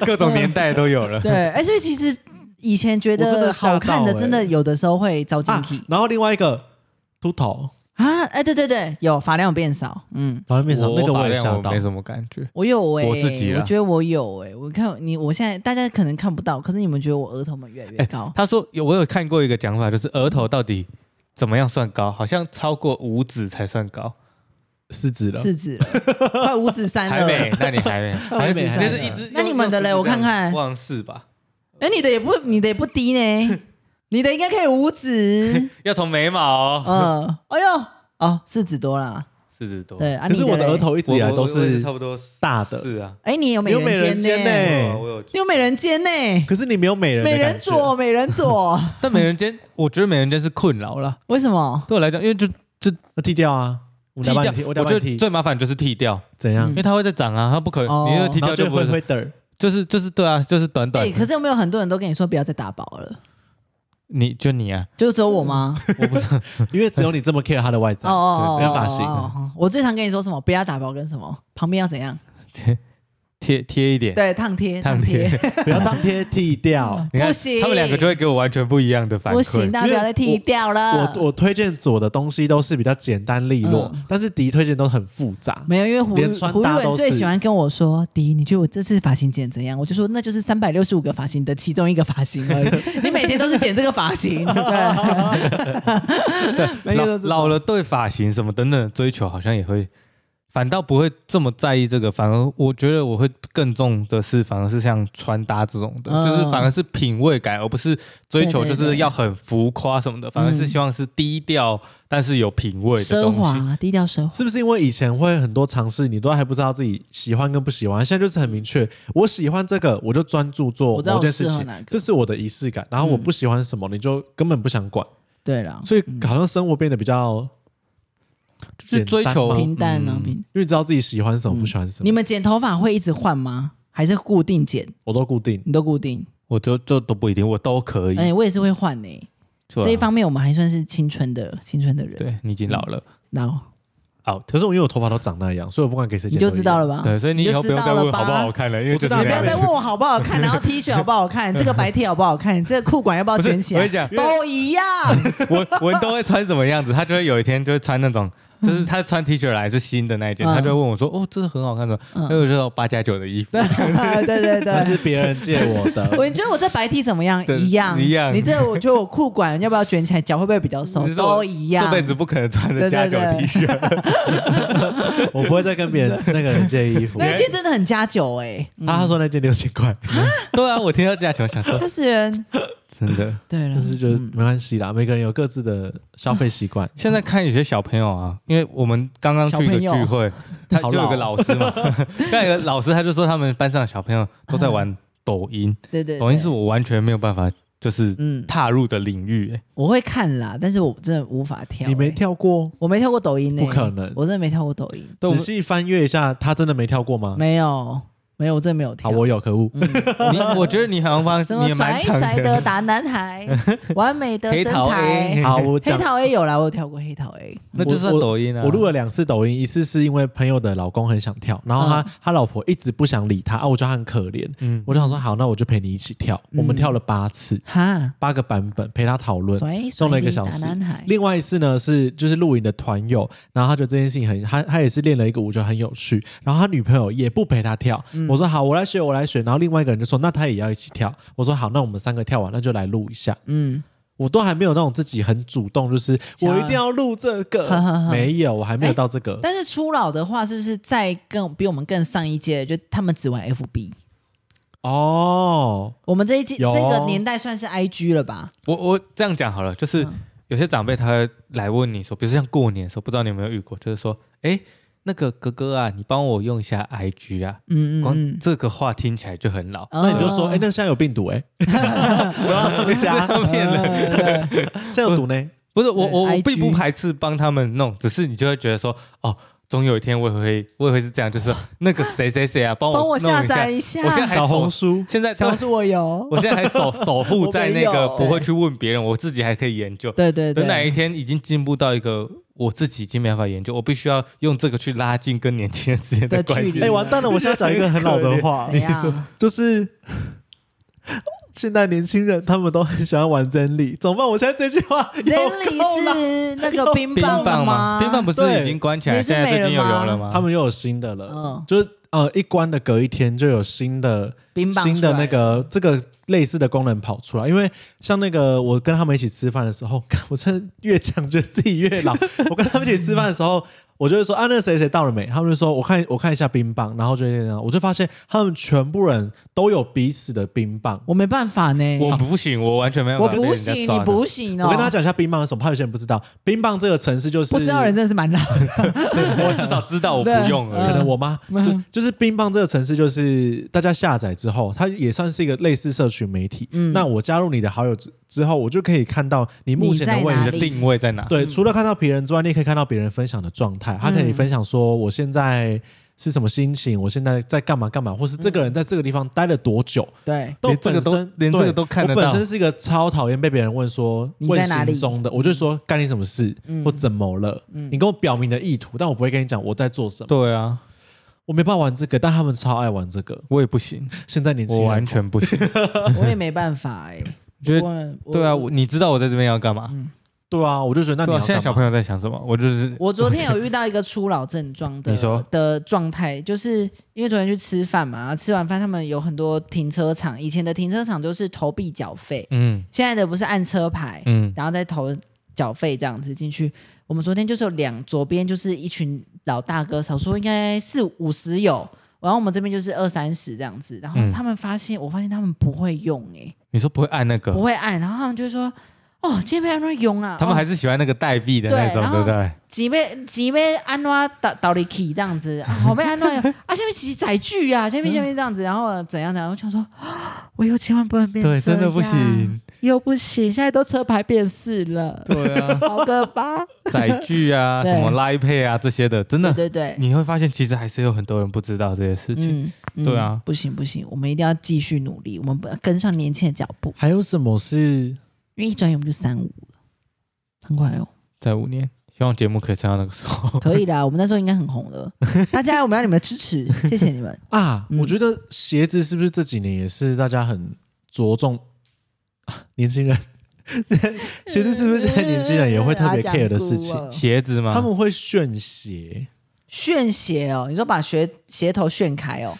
Speaker 1: 各种年代都有了。
Speaker 3: 对，哎，所以其实以前觉
Speaker 2: 我真
Speaker 3: 得
Speaker 2: 的吓到
Speaker 3: 好看的，
Speaker 2: 欸
Speaker 3: 真的有的时候会招进
Speaker 2: 啊
Speaker 3: 去
Speaker 2: 然后另外一个秃头，
Speaker 3: 啊，哎，对对对，有发量有变少，嗯。
Speaker 2: 然后面上那个
Speaker 1: 我
Speaker 2: 也
Speaker 1: 发量
Speaker 2: 吓
Speaker 1: 我
Speaker 2: 到
Speaker 1: 没，什么感觉，
Speaker 3: 我有哎、
Speaker 1: 我自己
Speaker 3: 我
Speaker 1: 啦
Speaker 3: 觉得我有哎、我看你，我现在大家可能看不到，可是你们觉得我额头们越来越
Speaker 1: 哎
Speaker 2: 哦
Speaker 3: 高，
Speaker 1: 他说有，我有看过一个讲法，就是额
Speaker 2: 嗯
Speaker 1: 头到底怎么样算高？好像超过五指才算高，
Speaker 2: 四指了，
Speaker 3: 是指了，快五指三
Speaker 1: 还
Speaker 3: 了。
Speaker 1: 没？那你还没？还
Speaker 2: 没
Speaker 1: 没？
Speaker 2: 还
Speaker 1: 那
Speaker 2: 没
Speaker 1: 是一只。
Speaker 3: 那你们的嘞
Speaker 1: 用
Speaker 3: 我看看
Speaker 1: 忘四吧，
Speaker 3: 哎、你的也不，你的也不低呢，你的应该可以 五指，
Speaker 1: 要从眉毛
Speaker 3: 嗯、
Speaker 1: 哦，
Speaker 3: 哎呦，哦，四指多啦，
Speaker 1: 四指多。
Speaker 3: 对，啊，
Speaker 2: 可是
Speaker 3: 你
Speaker 2: 我的
Speaker 3: 嘞
Speaker 2: 额，头一
Speaker 1: 一
Speaker 2: 直以来都
Speaker 1: 差不多四
Speaker 2: 大的，
Speaker 1: 是啊，
Speaker 3: 哎、你有美
Speaker 2: 有美
Speaker 3: 人
Speaker 2: 人
Speaker 3: 尖
Speaker 2: 尖
Speaker 3: 呢、
Speaker 2: 欸
Speaker 1: 我我有。
Speaker 3: 你有美人尖呢、
Speaker 2: 可是你没有美人的
Speaker 3: 美
Speaker 2: 感觉，
Speaker 3: 人 左，美人左，
Speaker 1: 但美人尖，我觉得美人尖是困扰啦。
Speaker 3: 为什么？
Speaker 1: 对我来讲，因为就
Speaker 2: 那剃掉啊，我
Speaker 1: 剃
Speaker 2: 来帮你
Speaker 1: 掉
Speaker 2: 剃，，我来
Speaker 1: 我
Speaker 2: 帮
Speaker 1: 觉
Speaker 2: 你
Speaker 1: 得
Speaker 2: 剃，
Speaker 1: 最麻烦就是剃掉，
Speaker 2: 怎样
Speaker 3: 嗯
Speaker 1: 因？为它会再长啊，它不可
Speaker 3: 哦
Speaker 1: 能，你那个剃
Speaker 2: 然后
Speaker 1: 掉就
Speaker 2: 就
Speaker 1: 不会
Speaker 2: 会
Speaker 1: 是，
Speaker 2: 会的，
Speaker 1: 就是就是对啊，就是短
Speaker 3: 哎、
Speaker 1: 短的。
Speaker 3: 可是有没有很多人都跟你说不要再打薄了？
Speaker 1: 你就你啊，
Speaker 3: 就是只有我吗？
Speaker 1: 我不知道，
Speaker 2: 因为只有你这么 care 他的外
Speaker 3: 哦
Speaker 2: 在，
Speaker 3: 哦哦，
Speaker 2: 对没有发型
Speaker 3: 哦哦哦我最常跟你说什么？不要打薄跟什么？旁边要怎样？
Speaker 1: 贴贴一点，
Speaker 3: 对，烫贴，
Speaker 1: 烫
Speaker 3: 贴。
Speaker 1: 贴。
Speaker 2: 不要当天剃掉
Speaker 1: 你看
Speaker 3: 不行
Speaker 1: 他们两个就会给我完全不一样的反
Speaker 3: 不行，
Speaker 1: 馈。
Speaker 3: 大家不要再剃掉了。
Speaker 2: 我我推荐左的东西都是比较简单利落，
Speaker 3: 嗯
Speaker 2: 但是迪推荐都很复杂。
Speaker 3: 没有，因为胡
Speaker 2: 连穿
Speaker 3: 胡一
Speaker 2: 搭都
Speaker 3: 文最
Speaker 2: 是
Speaker 3: 喜欢跟我说：“迪，你觉得我这次发型剪怎样？”我就说：“那就是三百六十五个发型的其中一个发型而已。你每天都是剪这个发型，对不对？每天
Speaker 1: 老
Speaker 3: 都是
Speaker 1: 老了对发型什么等等的追求好像也会反倒不会这么在意这个，反而我觉得我会更重的是，反而是像穿搭这种的，
Speaker 3: 嗯
Speaker 1: 就是反而是品味感，而不是追求
Speaker 3: 对
Speaker 1: 就
Speaker 3: 对
Speaker 1: 是要很浮夸什么的，反而是希望是低调但是有品味的
Speaker 3: 奢
Speaker 1: 东西。
Speaker 3: 华，低调奢华。
Speaker 2: 是不是因为以前会很多尝试，你都还不知道自己喜欢跟不喜欢，现在就是很明确，我喜欢这个，我就专注做
Speaker 3: 我知道
Speaker 2: 某
Speaker 3: 我
Speaker 2: 件事
Speaker 3: 适合
Speaker 2: 情
Speaker 3: 哪个，
Speaker 2: 这是我的仪式感。然后我
Speaker 3: 嗯
Speaker 2: 不喜欢什么，你就根本不想管，
Speaker 3: 对了，
Speaker 2: 所以好像生活变得比较
Speaker 1: 就是追
Speaker 2: 简单
Speaker 1: 求
Speaker 2: 嘛
Speaker 3: 平淡啊
Speaker 1: 嗯，
Speaker 3: 平。
Speaker 2: 因为知道自己喜欢什么，
Speaker 3: 嗯
Speaker 2: 不喜欢什么。
Speaker 3: 你们剪头发会一直换吗？还是固定剪？
Speaker 2: 我都固定，
Speaker 3: 你都固定？
Speaker 1: 我就就都不一定，我都可以。
Speaker 3: 哎，我也是会换呢。
Speaker 1: 是吧
Speaker 3: 这一方面我们还算是青春的青春的人。
Speaker 1: 对你已经老了，
Speaker 3: 然后
Speaker 2: 哦，可是我因为我头发都长那样，所以我不管给谁
Speaker 3: 你
Speaker 2: 剪
Speaker 3: 就知道了。吧？
Speaker 1: 对，所以你以后
Speaker 3: 嗯
Speaker 1: 不
Speaker 3: 你就知
Speaker 1: 用
Speaker 3: 道
Speaker 1: 再
Speaker 3: 了
Speaker 1: 问
Speaker 3: 吧
Speaker 1: 好不好看了，因为
Speaker 2: 我
Speaker 1: 就
Speaker 2: 知
Speaker 1: 是
Speaker 2: 道
Speaker 3: 你不要
Speaker 2: 了
Speaker 3: 再问我好不好 看，然后 T 恤好不好看，这个白 T 好不好看，这个裤管要不要卷起来？
Speaker 1: 不是我跟你讲
Speaker 3: 都 一样。
Speaker 1: 文文都会穿什么样子，他就会有一天就会穿那种，就是他穿 T 恤来就新的那一件，
Speaker 3: 嗯
Speaker 1: 他就会问我说：“哦，这个很好看的，
Speaker 3: 嗯
Speaker 1: 那个就是八加九的衣服。
Speaker 3: 对对
Speaker 2: 那
Speaker 3: 对。
Speaker 2: 是别人借我的，
Speaker 3: 我你觉得我这白 T 怎么样？
Speaker 1: 对
Speaker 3: 一样
Speaker 1: 一样
Speaker 3: 你这我觉得我裤管要不要卷起来？脚会不会比较瘦
Speaker 1: 你？知道我
Speaker 3: 都 一样。
Speaker 1: 这辈子不可能穿的加九
Speaker 3: 对对
Speaker 1: T
Speaker 3: 对
Speaker 1: 恤，
Speaker 2: 我不会再跟别人那个人借衣服。
Speaker 3: 那件嗯真的很加酒哎、嗯
Speaker 2: 啊，他说那件六千块，
Speaker 1: 对啊，我听到加九想说
Speaker 3: 他是嗯人。
Speaker 1: 真的。
Speaker 3: 对了
Speaker 2: 但，是就是没关系啦，每个人有各自的消费习
Speaker 3: 嗯
Speaker 2: 惯。
Speaker 1: 现在看有些小朋友啊，因为我们刚刚去一个
Speaker 3: 小朋
Speaker 1: 聚
Speaker 3: 友
Speaker 1: 会，他
Speaker 2: 好
Speaker 1: 就有个
Speaker 2: 老
Speaker 1: 老师 嘛，那有个老师他就说他们班上的小朋友都在玩抖音，
Speaker 3: 对对对
Speaker 1: 抖音是我完全没有办法就是
Speaker 3: 嗯，
Speaker 1: 踏入的领 域，哎
Speaker 3: 我会看啦，但是我真的无法跳、
Speaker 2: 你没
Speaker 3: 欸？
Speaker 2: 跳过？
Speaker 3: 我没跳过抖音呢、欸
Speaker 2: 不可能
Speaker 3: 我真的没跳过抖音，
Speaker 2: 仔细翻阅一下，他真的没跳过吗？
Speaker 3: 没有，没有，我真的没有
Speaker 2: 好，
Speaker 3: 跳。嗯
Speaker 2: 我有，可恶。
Speaker 1: 你我觉得你好像帮
Speaker 3: 什
Speaker 1: 你
Speaker 3: 么
Speaker 1: 也蛮
Speaker 3: 甩一
Speaker 1: 强
Speaker 3: 甩的打男 孩，完美的身
Speaker 1: 黑桃
Speaker 3: 材
Speaker 1: A。
Speaker 2: 好，我
Speaker 3: 黑
Speaker 2: 讲，
Speaker 3: 桃 A 有啦，我有跳过黑桃 A。
Speaker 1: 那就算
Speaker 2: 我
Speaker 1: 抖音啊。
Speaker 2: 我录了两次抖音，一次是因为朋友的老公很想跳，然后他、
Speaker 3: 嗯
Speaker 2: 他老婆一直不想理他啊，我觉得他很可怜，
Speaker 1: 嗯
Speaker 2: 我就想说好，那我就陪你一起跳，我们
Speaker 3: 嗯
Speaker 2: 跳了八次，
Speaker 3: 哈，
Speaker 2: 八个版本陪他讨论。
Speaker 3: 甩一甩
Speaker 2: 弄了一个
Speaker 3: 的
Speaker 2: 小
Speaker 3: 打
Speaker 2: 时
Speaker 3: 男孩。
Speaker 2: 另外一次呢是就是录影的团友，然后他觉得这件事情很，他他也是练了一个舞，觉得很有趣，然后他女朋友也不陪他跳，
Speaker 3: 嗯
Speaker 2: 我说好，我来学，我来学，然后另外一个人就说那他也要一起跳，我说好，那我们三个跳完那就来录一下，
Speaker 3: 嗯，
Speaker 2: 我都还没有那种自己很主动，就是
Speaker 3: 想
Speaker 2: 我
Speaker 3: 要哎
Speaker 2: 一定要录这
Speaker 3: 呵
Speaker 2: 个，
Speaker 3: 呵 呵
Speaker 2: 没有，我还没有到这个。
Speaker 3: 但是初老的话，是不是再更比我们更上一届的？就他们只玩 FB，
Speaker 2: 哦，
Speaker 3: 我们这一届
Speaker 2: 有
Speaker 3: 这个年代算是 IG 了吧？
Speaker 1: 我我这样讲好了，就是
Speaker 3: 嗯
Speaker 1: 有些长辈他会来问你说，比如像过年的时候，不知道你有没有遇过，就是说，哎，那个哥哥啊，你帮我用一下 IG 啊，
Speaker 3: 嗯嗯
Speaker 1: 光
Speaker 3: 嗯。
Speaker 1: 这个话听起来就很 老，
Speaker 2: 那你就说，
Speaker 3: 哦
Speaker 2: 哎、那现在有病毒哎、欸，回家，
Speaker 3: 呃对
Speaker 2: 现在有毒呢。
Speaker 1: 不是我我我
Speaker 3: IG
Speaker 1: 并不排斥帮他们弄，只是你就会觉得说，哦，总有一天我也会我也会是这样，就是说那个谁谁谁啊，帮
Speaker 3: 帮
Speaker 1: 我
Speaker 3: 我
Speaker 1: 弄
Speaker 3: 下
Speaker 1: 一下，
Speaker 3: 载一下
Speaker 1: 我现在还
Speaker 2: 小红
Speaker 1: 手，
Speaker 2: 书，
Speaker 1: 现在
Speaker 3: 小
Speaker 1: 对
Speaker 3: 红书我有。
Speaker 1: 我现在还守守护在那
Speaker 3: 我没
Speaker 1: 个
Speaker 3: 有
Speaker 1: 不会去问别人，我自己还可以研究。
Speaker 3: 对对对，
Speaker 1: 等哪一天已经进步到一个我自己已经没办法研究，我必须要用这个去拉近跟年轻人之间的
Speaker 3: 的 距
Speaker 1: 关
Speaker 3: 离
Speaker 1: 系
Speaker 2: 哎、。完蛋了，我现在讲一个很老的
Speaker 1: 啊
Speaker 2: 话
Speaker 3: 怎，样？
Speaker 2: 就是 现在年轻人他们都很喜欢玩真理，怎么办？我现在这句话 有
Speaker 3: Zenly
Speaker 2: 够了
Speaker 3: 是那个冰
Speaker 1: 冰
Speaker 3: 棒的
Speaker 1: 棒吗？冰棒不是
Speaker 2: 对
Speaker 1: 已经关起来，
Speaker 3: 你是
Speaker 1: 现在最近
Speaker 3: 美
Speaker 1: 又
Speaker 3: 人吗
Speaker 1: 有了吗？
Speaker 2: 他们又有新的了，
Speaker 3: 嗯
Speaker 2: 就是呃，一关的隔一天就有新的
Speaker 3: 冰棒
Speaker 2: 新
Speaker 3: 出
Speaker 2: 的
Speaker 3: 来
Speaker 2: 那个这个类似的功能跑出来，因为像那个我跟他们一起吃饭的时候， 我真的越讲觉得自己越老。我跟他们一起吃饭的时候，我就会说啊，那谁谁到了没？他们就说我看我看一下冰棒，然后就这样，我就发现他们全部人都有彼此的冰棒。
Speaker 3: 我没办法呢，
Speaker 1: 我不行，我完全没有办法被
Speaker 3: 不
Speaker 1: 人家
Speaker 3: 行，
Speaker 1: 抓
Speaker 3: 你
Speaker 1: 的。
Speaker 3: 不行哦。
Speaker 2: 我跟大家讲一下冰棒是什么，怕有些人不知道，冰棒这个城市就是
Speaker 3: 不知道人嗯真的是蛮老 的，
Speaker 1: 我 至少知道我不用
Speaker 3: 对
Speaker 1: 而
Speaker 2: 可
Speaker 1: 已。
Speaker 2: 能我妈就就是冰棒这个城市，就是大家下载之后，它也算是一个类似社群媒体。
Speaker 3: 嗯
Speaker 2: 那我加入你的好友之之后，我就可以看到你目前的
Speaker 3: 你在
Speaker 2: 位
Speaker 3: 哪
Speaker 1: 你
Speaker 2: 置。
Speaker 1: 的定位在哪？
Speaker 2: 对，除了看到别人之外，你也可以看到别人分享的状态。他可以
Speaker 3: 嗯
Speaker 2: 分享说我现在是什么心情，我现在在干嘛干嘛，或是这
Speaker 3: 嗯
Speaker 2: 个人在这个地方待了多久。
Speaker 3: 对，
Speaker 2: 都
Speaker 1: 连这个
Speaker 2: 本
Speaker 1: 都
Speaker 2: 身
Speaker 1: 连这个
Speaker 2: 对
Speaker 1: 都看得
Speaker 2: 我
Speaker 1: 到
Speaker 2: 本身是一个超讨厌被别人问说
Speaker 3: 你在哪里
Speaker 2: 问行踪的，我就说干你什么事、
Speaker 3: 嗯
Speaker 2: 或怎么了、
Speaker 3: 嗯
Speaker 2: 你跟我表明的意图，但我不会跟你讲我在做什么。
Speaker 1: 对啊，
Speaker 2: 我没办法玩这个，但他们超爱玩这个。
Speaker 1: 我也不行，
Speaker 2: 现在年轻
Speaker 1: 我
Speaker 2: 人
Speaker 1: 完全不行。
Speaker 3: 我也没办法哎。
Speaker 1: 我觉得
Speaker 3: 得
Speaker 1: 对啊，我你知道我在这边要干嘛？
Speaker 2: 对啊，我就觉得那你
Speaker 1: 对
Speaker 2: 要
Speaker 1: 啊，
Speaker 2: 干嘛
Speaker 1: 现在小朋友在想什么？我就是
Speaker 3: 我昨天有遇到一个初老症状的，
Speaker 1: 你说
Speaker 3: 的状态，就是因为昨天去吃饭嘛，然后吃完饭他们有很多停车场，以前的停车场都是投币缴费，
Speaker 1: 嗯
Speaker 3: 现在的不是按车牌，
Speaker 1: 嗯
Speaker 3: 然后再投缴费这样子进去。我们昨天就是有两左边就是一群老大哥，少说应该四五十有，然后我们这边就是二三十这样子。然后
Speaker 1: 嗯
Speaker 3: 他们发现，我发现他们不会用哎、
Speaker 1: 你说不会按那个
Speaker 3: 不，会按，然后他们就会说：“哦，今天被安装用啊。”
Speaker 1: 啊他们
Speaker 3: 哦
Speaker 1: 还是喜欢那个代币的那
Speaker 3: 对
Speaker 1: 种，
Speaker 3: 然
Speaker 1: 对
Speaker 3: 后
Speaker 1: 不对？
Speaker 3: 几杯几杯安诺倒倒立起这样子，啊好被 安诺啊，下面起载具啊，下面
Speaker 1: 嗯
Speaker 3: 下面这样子，然后怎样怎样，我想说，啊我以后千万不能变
Speaker 1: 对，
Speaker 3: 这
Speaker 1: 真的不
Speaker 3: 样，
Speaker 1: 行。
Speaker 3: 又不行，现在都车牌辨识了，
Speaker 1: 对啊，
Speaker 3: 好可怕，
Speaker 1: 载具啊，
Speaker 3: 对
Speaker 1: 什么 Line Pay 啊这些的，真
Speaker 3: 对
Speaker 1: 的
Speaker 3: 对对，
Speaker 1: 你会发现，其实还是有很多人不知道这些事情。
Speaker 3: 嗯，嗯
Speaker 1: 对啊，
Speaker 3: 不行不行，我们一定要继续努力，我们不跟上年轻的脚步，
Speaker 2: 还有什么是
Speaker 3: 因为一转眼我们就三五了，很快 哦，
Speaker 1: 在五年，希望节目可以撑到那个时候。
Speaker 3: 可以啦，我们那时候应该很红了， 大家我们要你们的 支持，谢谢你们，
Speaker 2: 啊？
Speaker 3: 嗯
Speaker 2: 我觉得鞋子是不是这几年也是大家很着重、 啊年轻人？ 鞋子是不是现在年轻人也会特 别 care 的事情？
Speaker 1: 鞋子吗？
Speaker 2: 他们会炫鞋，
Speaker 3: 炫鞋哦，你说把鞋鞋头炫开哦，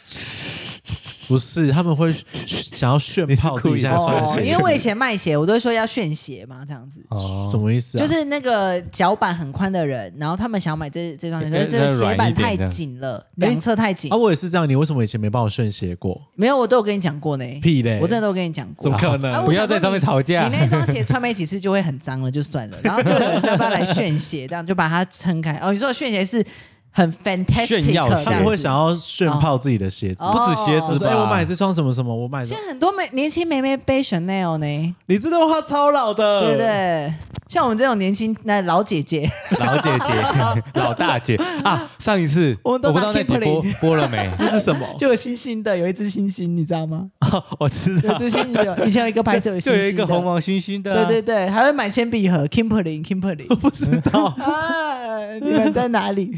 Speaker 2: 不是他们会 想要炫泡自己现在穿的
Speaker 3: 哦，
Speaker 2: 鞋
Speaker 3: 因为
Speaker 2: 子
Speaker 3: 我以前卖鞋，我都会说要炫鞋嘛，这样子。
Speaker 2: 什
Speaker 1: 哦，
Speaker 2: 么意思啊？
Speaker 3: 就是那个脚板很宽的人，然后他们想买这这双鞋，
Speaker 1: 因
Speaker 3: 可
Speaker 1: 为
Speaker 3: 是这个鞋
Speaker 1: 软一
Speaker 3: 板
Speaker 1: 点
Speaker 3: 太
Speaker 1: 这样
Speaker 3: 紧了，两侧太紧
Speaker 2: 啊，。我也是这样。你为什么以前没帮我炫鞋过？
Speaker 3: 没有，我都有跟你讲过呢，
Speaker 2: 屁嘞！
Speaker 3: 我真的都有跟你讲
Speaker 2: 怎
Speaker 3: 过
Speaker 2: 么。可能？
Speaker 3: 啊我
Speaker 1: 不要在上面吵架
Speaker 3: 你。那双鞋穿没几次就会很脏了，就算了。然后就有人说要不要来炫鞋，这样就把它撑开。哦，你说的炫鞋是很 fantastic，
Speaker 1: 炫耀鞋
Speaker 3: 这
Speaker 2: 他
Speaker 3: 样
Speaker 2: 们
Speaker 3: 子
Speaker 2: 会想要炫泡自己的鞋子。
Speaker 3: 哦
Speaker 1: 不止鞋
Speaker 2: 我
Speaker 1: 子
Speaker 2: 说：“哎、
Speaker 1: 吧？
Speaker 2: 我买这双什么什么，我买什
Speaker 3: 现
Speaker 2: 么。
Speaker 3: 在很多美年轻妹妹背 Chanel 呢，”
Speaker 2: 你这段话超老的，
Speaker 3: 对不对？像我们这种年轻那老姐姐，
Speaker 1: 老姐 姐、老大姐啊！上一次
Speaker 3: 我
Speaker 1: 我
Speaker 3: 们都
Speaker 1: 不知道
Speaker 3: 拿
Speaker 1: 那集
Speaker 3: Kipling
Speaker 1: 播播了 没？
Speaker 2: 这是什么？
Speaker 3: 就有星星的，有一只星星，你知道吗？
Speaker 2: 哦
Speaker 1: 我知
Speaker 3: 有
Speaker 1: 道，
Speaker 3: 只星星 的，以前有一个牌子有星
Speaker 1: 就
Speaker 3: 星的，
Speaker 1: 有一个红毛猩猩的啊，
Speaker 3: 对对对，还会买铅笔盒，Kimberly Kimberly
Speaker 2: 我不知道
Speaker 3: 啊，你们在哪里？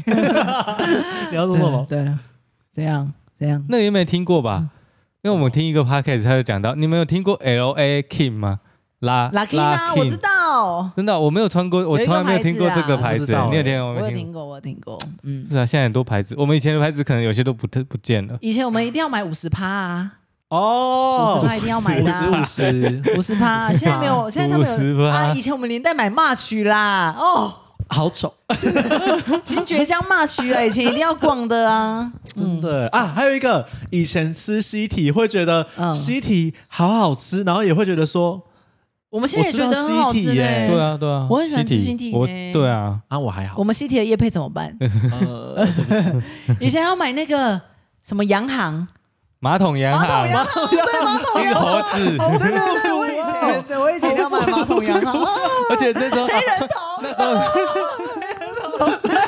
Speaker 2: 你要说什么。
Speaker 3: 对，怎样怎样？
Speaker 1: 那个有没有听过
Speaker 3: 嗯
Speaker 1: 吧？因为我们听一个 podcast，他就讲到，你们有听过 L A King 吗？拉
Speaker 3: Lucky 啊，我知，道，
Speaker 1: 真的，我没有穿过，我从来没有听过这个牌
Speaker 2: 有一
Speaker 1: 子
Speaker 2: 个牌子啊，
Speaker 1: 你有听过
Speaker 3: 我
Speaker 1: 吗？
Speaker 3: 有
Speaker 1: 没
Speaker 3: 听过，我有听过，嗯，
Speaker 1: 是啊，现在很多牌子，我们以前的牌子可能有些都不特不见了。
Speaker 3: 以前我们一定要买五十趴啊，
Speaker 2: 哦，
Speaker 3: 50块一定要买的啊
Speaker 2: 五十五十，
Speaker 3: 五十 趴，现在没有，现在他们有
Speaker 1: 50%
Speaker 3: 啊，以前我们连带买 March 啦，哦，
Speaker 2: 好丑，
Speaker 3: 新觉江 March 啊，以前一定要逛的啊，
Speaker 2: 真的、啊！还有一个，以前吃西提会觉得
Speaker 3: 嗯
Speaker 2: 西提好好吃，然后也会觉得说
Speaker 3: 我们现在也觉得很好
Speaker 2: 我
Speaker 3: 吃
Speaker 2: 知道西体
Speaker 3: 嘞，
Speaker 2: 耶
Speaker 1: 对啊，对啊，
Speaker 3: 嗯我很喜欢吃
Speaker 1: 新
Speaker 3: 新体
Speaker 1: 我
Speaker 3: 呢
Speaker 1: 对啊，
Speaker 2: 啊，我还好
Speaker 3: 我，们西体的叶配怎么 办？
Speaker 2: 呃，
Speaker 3: 以前要买那个什么洋行，
Speaker 1: 马桶洋
Speaker 3: 马桶
Speaker 1: 行，
Speaker 3: 啊洋行，对马桶
Speaker 1: 那
Speaker 3: 洋
Speaker 1: 个
Speaker 3: 行。
Speaker 1: 猴子，
Speaker 3: 哦，对对对， 我以前对我以前要买马桶洋 行，啊
Speaker 1: 而且那时候
Speaker 3: 黑人头，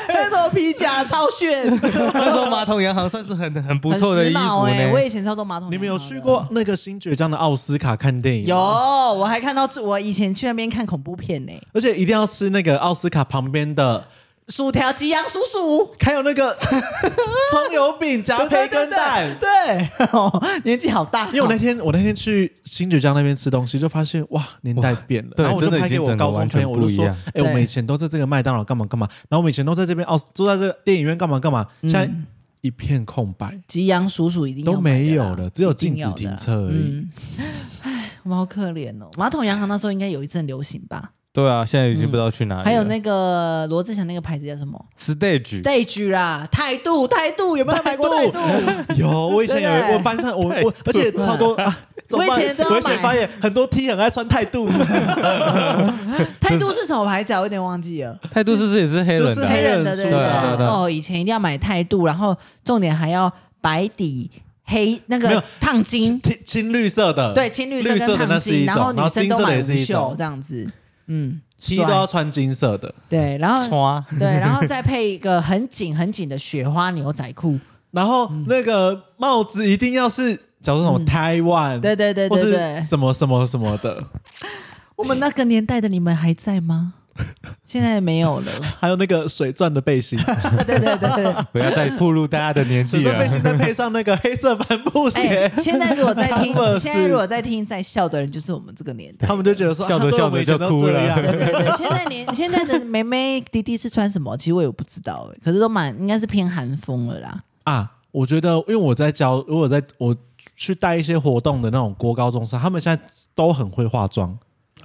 Speaker 3: 黑人头皮夹超炫，
Speaker 1: 那时候马桶洋行算是很很不
Speaker 3: 很
Speaker 1: 错的
Speaker 3: 时
Speaker 1: 衣
Speaker 3: 髦
Speaker 1: 服
Speaker 3: 哎，我
Speaker 1: 呢。
Speaker 3: 以前超多马桶。
Speaker 2: 你们有去？过那个新爵江的奥斯卡看电影？
Speaker 3: 有，，我还看到最我以前去那边看恐怖片呢，
Speaker 2: 而且一定要吃那个奥斯卡旁边的，
Speaker 3: 薯条、吉阳、叔叔。
Speaker 2: 还有那个葱油饼 夹培根蛋。
Speaker 3: 对，哦年纪好大，
Speaker 2: 因为我那天我那天去新九江那边吃东西，就发现哇，年代变了。
Speaker 1: 对
Speaker 2: 然后我就
Speaker 1: 真的
Speaker 2: 拍
Speaker 1: 已
Speaker 2: 给
Speaker 1: 经
Speaker 2: 我
Speaker 1: 整个
Speaker 2: 高中
Speaker 1: 完
Speaker 2: 朋
Speaker 1: 全
Speaker 2: 友，我就
Speaker 1: 不一
Speaker 2: 说：“
Speaker 1: 样
Speaker 2: 哎、我们
Speaker 3: 对
Speaker 2: 以前都在这个麦当劳干嘛干嘛，然后我们以前都在这边哦，都在这个电影院干嘛干嘛，
Speaker 1: 嗯
Speaker 2: 现在一片空白，
Speaker 3: 吉阳叔叔一定要
Speaker 2: 都没有
Speaker 3: 买的啦
Speaker 2: 了，只有
Speaker 3: 一
Speaker 2: 禁
Speaker 3: 定
Speaker 2: 止
Speaker 3: 要的
Speaker 2: 停车而已。
Speaker 3: 嗯，唉，我们好可怜哦。马桶洋行那时候应该有一阵流行吧？
Speaker 1: 对啊，现在已经不知道去哪里了。
Speaker 3: 嗯还有那个罗志祥那个牌子叫什么
Speaker 1: stage，
Speaker 3: ？Stage 啦，态度，态度，有没有买过态度？
Speaker 2: 有，我以前
Speaker 3: 对不
Speaker 2: 有
Speaker 3: 对
Speaker 2: 我班上我我，而且超多啊，怎么办
Speaker 3: 我以前都要
Speaker 2: 我以前
Speaker 3: 买
Speaker 2: 发现很多 T 很爱穿态度，
Speaker 3: 态度是什么牌子啊？我有点忘记了，
Speaker 1: 态度是不是也是黑人
Speaker 2: 就是
Speaker 1: 的啊？
Speaker 3: 黑人的
Speaker 2: 黑
Speaker 3: 对
Speaker 2: 人
Speaker 3: 不
Speaker 1: 对啊对啊对啊
Speaker 3: 哦，以前一定要买态度，然后重点还要白底黑那
Speaker 2: 没有
Speaker 3: 个烫金
Speaker 2: 青，青绿色的，
Speaker 3: 对，青绿色
Speaker 2: 绿色的
Speaker 3: 跟
Speaker 2: 那
Speaker 3: 烫
Speaker 2: 是一
Speaker 3: 金，
Speaker 2: 种，
Speaker 3: 后女生
Speaker 2: 金
Speaker 3: 都
Speaker 2: 色的
Speaker 3: 买
Speaker 2: 也
Speaker 3: 无
Speaker 2: 是一
Speaker 3: 袖
Speaker 2: 种
Speaker 3: 这样子，嗯，
Speaker 2: ，T 都要
Speaker 3: 帅
Speaker 2: 穿金色的。
Speaker 3: 对，然后
Speaker 1: 刷
Speaker 3: 对，然后再配一个很紧很紧的雪花牛仔裤，
Speaker 2: 然后
Speaker 3: 嗯
Speaker 2: 那个帽子一定要是，假如说什么台湾，
Speaker 3: 对对对
Speaker 2: 嗯或
Speaker 3: 对
Speaker 2: 是
Speaker 3: 对，
Speaker 2: 什么什么什么的，
Speaker 3: 我们那个年代的你们还在吗？现在没有了。 哎
Speaker 2: 还有那个水钻的背心，
Speaker 3: 对对对 对。
Speaker 1: 不要再暴露大家的年
Speaker 2: 水
Speaker 1: 纪
Speaker 2: 钻
Speaker 1: 了
Speaker 2: 背。心再配上那个黑色帆布
Speaker 3: 哎、
Speaker 2: 鞋，
Speaker 3: 现在如果在听
Speaker 2: 他们，是
Speaker 3: 现在如果在听在笑的人，就是我们这个年 代。
Speaker 2: 他们就觉得 说，
Speaker 1: 笑着
Speaker 2: 啊对我们以前
Speaker 1: 笑着就哭了
Speaker 2: 都这
Speaker 3: 啊对
Speaker 2: 样
Speaker 3: 对对，现在连现在的妹妹弟弟是穿什么，其实我也不知道、欸可是都蛮应该是偏韩风了啦。
Speaker 2: 啊。我觉得，因为我在教，如果在我去带一些活动的那种国高中生，他们现在都很会化妆，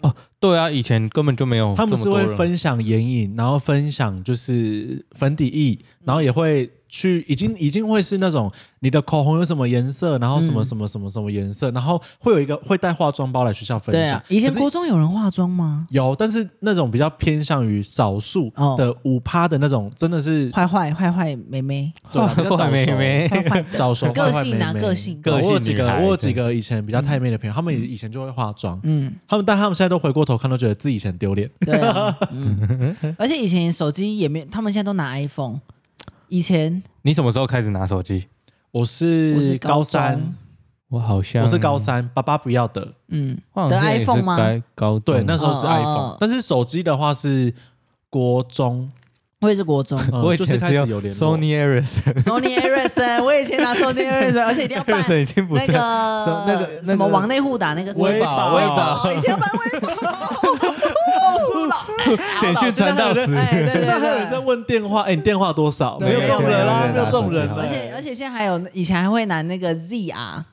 Speaker 1: 对啊，以前根本就没有
Speaker 2: 他们
Speaker 1: 这么
Speaker 2: 是
Speaker 1: 多
Speaker 2: 会
Speaker 1: 人。
Speaker 2: 分享眼影，然后分享就是粉底液，
Speaker 3: 嗯
Speaker 2: 然后也会去已经已经会是那种你的口红有什么颜色，然后什么
Speaker 3: 嗯
Speaker 2: 什么什么什么颜色，然后会有一个会带化妆包来学校分
Speaker 3: 对
Speaker 2: 享
Speaker 3: 啊。，以前
Speaker 2: 可是
Speaker 3: 国中有人化妆吗？
Speaker 2: 有，但是那种比较偏向于少数
Speaker 3: 哦
Speaker 2: 的五趴的那种，真的是
Speaker 3: 坏坏坏坏妹妹，
Speaker 2: 对啊 比较早
Speaker 1: 坏妹
Speaker 2: 熟
Speaker 1: 妹
Speaker 3: 坏坏 的，
Speaker 2: 早熟
Speaker 4: 个
Speaker 2: 坏坏
Speaker 4: 性啊
Speaker 2: 妹妹
Speaker 4: 个性
Speaker 1: 个性
Speaker 2: 我有几
Speaker 1: 女
Speaker 2: 个
Speaker 1: 孩
Speaker 2: 我有几个以前比较太妹的朋友，他们以前就会化妆，
Speaker 3: 嗯，
Speaker 2: 他们但他们现在都回过头看，都觉得自己以前丢脸。
Speaker 3: 对啊，嗯，而且以前手机也没，他们现在都拿 iPhone。以前
Speaker 1: 你什么时候开始拿手机？
Speaker 2: 我是
Speaker 3: 我是高
Speaker 2: 高三
Speaker 3: 中，
Speaker 1: 我好像
Speaker 2: 我是高，三，爸爸不要的。
Speaker 3: 嗯，
Speaker 1: 我好
Speaker 3: 得
Speaker 1: 像也是
Speaker 3: iPhone 吗？
Speaker 1: 该高中
Speaker 2: 对，那时候是
Speaker 3: 哦哦
Speaker 2: iPhone，、
Speaker 3: 哦
Speaker 2: 但是手机的话是国中，
Speaker 3: 我也是 国中
Speaker 2: 嗯
Speaker 1: 我以
Speaker 2: 就是
Speaker 1: 前
Speaker 2: 开始
Speaker 1: 用
Speaker 2: 有联络。
Speaker 1: Sony Ericsson，
Speaker 3: ，Sony Ericsson，我以前拿 Sony Ericsson，而且一定要办
Speaker 1: Ericsson 已经不
Speaker 3: 那
Speaker 1: 在
Speaker 3: 个
Speaker 1: 那个那个
Speaker 3: 什么往内互打那个什么
Speaker 1: 微保微
Speaker 3: 保，哦以前要办微保，好粗鲁，
Speaker 1: 简讯传到死。
Speaker 3: 哎对对
Speaker 2: 现在还有人
Speaker 3: 对
Speaker 2: 在。问电话，哎、你电话多少？
Speaker 1: 对
Speaker 2: 没有这种人啦，
Speaker 1: 对对对
Speaker 2: 没有这种人
Speaker 1: 对
Speaker 2: 啦。
Speaker 3: 而且而且现在还有，以前还会拿那个 ZR、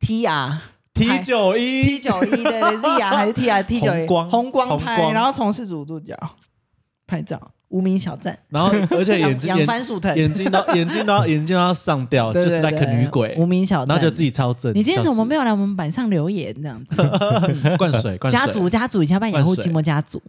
Speaker 3: TR、
Speaker 2: T 九
Speaker 3: 啊 T
Speaker 2: 一，
Speaker 3: 九一 对对 ZR 还是 TR T 九
Speaker 2: 红
Speaker 3: 一
Speaker 2: 光
Speaker 3: 红光
Speaker 2: 红
Speaker 3: 拍，
Speaker 2: 光
Speaker 3: 然后从四十五度角拍照，无名小站，
Speaker 2: 然后而且眼
Speaker 3: 养
Speaker 2: 睛
Speaker 3: 养
Speaker 2: 眼
Speaker 3: 番薯藤，
Speaker 2: 眼睛都 眼睛都要眼睛都要上吊，
Speaker 3: 对
Speaker 2: 就
Speaker 3: 对
Speaker 2: 是
Speaker 3: 对
Speaker 2: like 女鬼，
Speaker 3: 无名小站，
Speaker 2: 然后就自己超正。
Speaker 3: 你今天怎么没
Speaker 2: 有
Speaker 3: 有来我们板上留言这样子？
Speaker 2: 灌水？灌水
Speaker 3: 家族家族，以前要办掩护期末家族。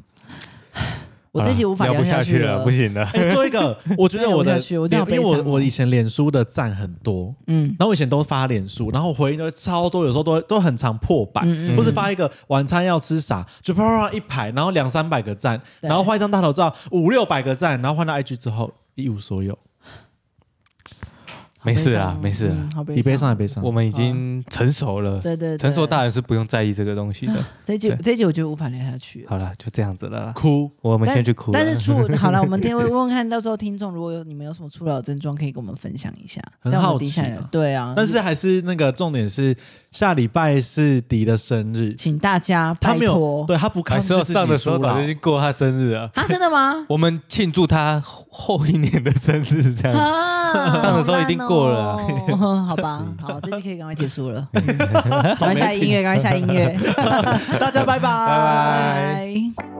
Speaker 3: 我这集无法
Speaker 1: 啊聊不
Speaker 3: 下
Speaker 1: 去
Speaker 3: 了，
Speaker 1: 不行了。
Speaker 2: 哎，做一个，我 觉得我
Speaker 3: 哎我不
Speaker 2: 的
Speaker 3: 下去我，这
Speaker 2: 脸因
Speaker 3: 样好悲
Speaker 2: 为
Speaker 3: 伤
Speaker 2: 我
Speaker 3: 哦
Speaker 2: 我以前脸书的赞很多，
Speaker 3: 嗯
Speaker 2: 然后我以前都发脸书，然后回应都超多，有时候都都很常破百，
Speaker 3: 嗯嗯
Speaker 2: 或是发一个晚餐要吃啥，就啪啪啪一排，然后两三百个赞，
Speaker 3: 对
Speaker 2: 然后换一张大头照五六百个赞，然后换到 IG 之后一无所有，
Speaker 1: 没事啦，没事啦
Speaker 3: 嗯，好悲
Speaker 2: 比悲伤还
Speaker 3: 伤。
Speaker 2: 悲伤。
Speaker 1: 我们已经成熟了，
Speaker 3: 对对，对
Speaker 1: 成熟大人是不用在意这个东西 的。
Speaker 3: 这一集这一集我觉得无法聊下去了。
Speaker 1: 好了，就这样子了啦。
Speaker 2: 哭，
Speaker 1: 我们
Speaker 3: 但
Speaker 1: 先去哭了。
Speaker 3: 但是出 好了，我们天会问问看，到时候听众如果有你们有什么初老症状，可以跟我们分享一下。
Speaker 2: 很
Speaker 3: 这样我
Speaker 2: 好
Speaker 3: 们
Speaker 1: 哦
Speaker 3: 底下
Speaker 2: 奇啊
Speaker 3: 人对啊，
Speaker 2: 但是还是那个重点是下礼拜是迪的生日，
Speaker 3: 请大家
Speaker 2: 他
Speaker 3: 拜
Speaker 2: 没有
Speaker 3: 托
Speaker 2: 对他不看
Speaker 1: 还是要
Speaker 2: 就自己
Speaker 1: 哎上的时候
Speaker 2: 输了
Speaker 1: 早就去过他生日了。？
Speaker 3: 啊，真的吗
Speaker 1: 我们庆祝他后后一年的生日，这样。
Speaker 3: 啊，
Speaker 1: 哎上的时候一定过了啊
Speaker 3: 好烂哦好吧，好，这集可以赶快结束了， 嗯赶快下音乐，赶快下音乐，大家拜拜，
Speaker 1: 拜
Speaker 3: 拜。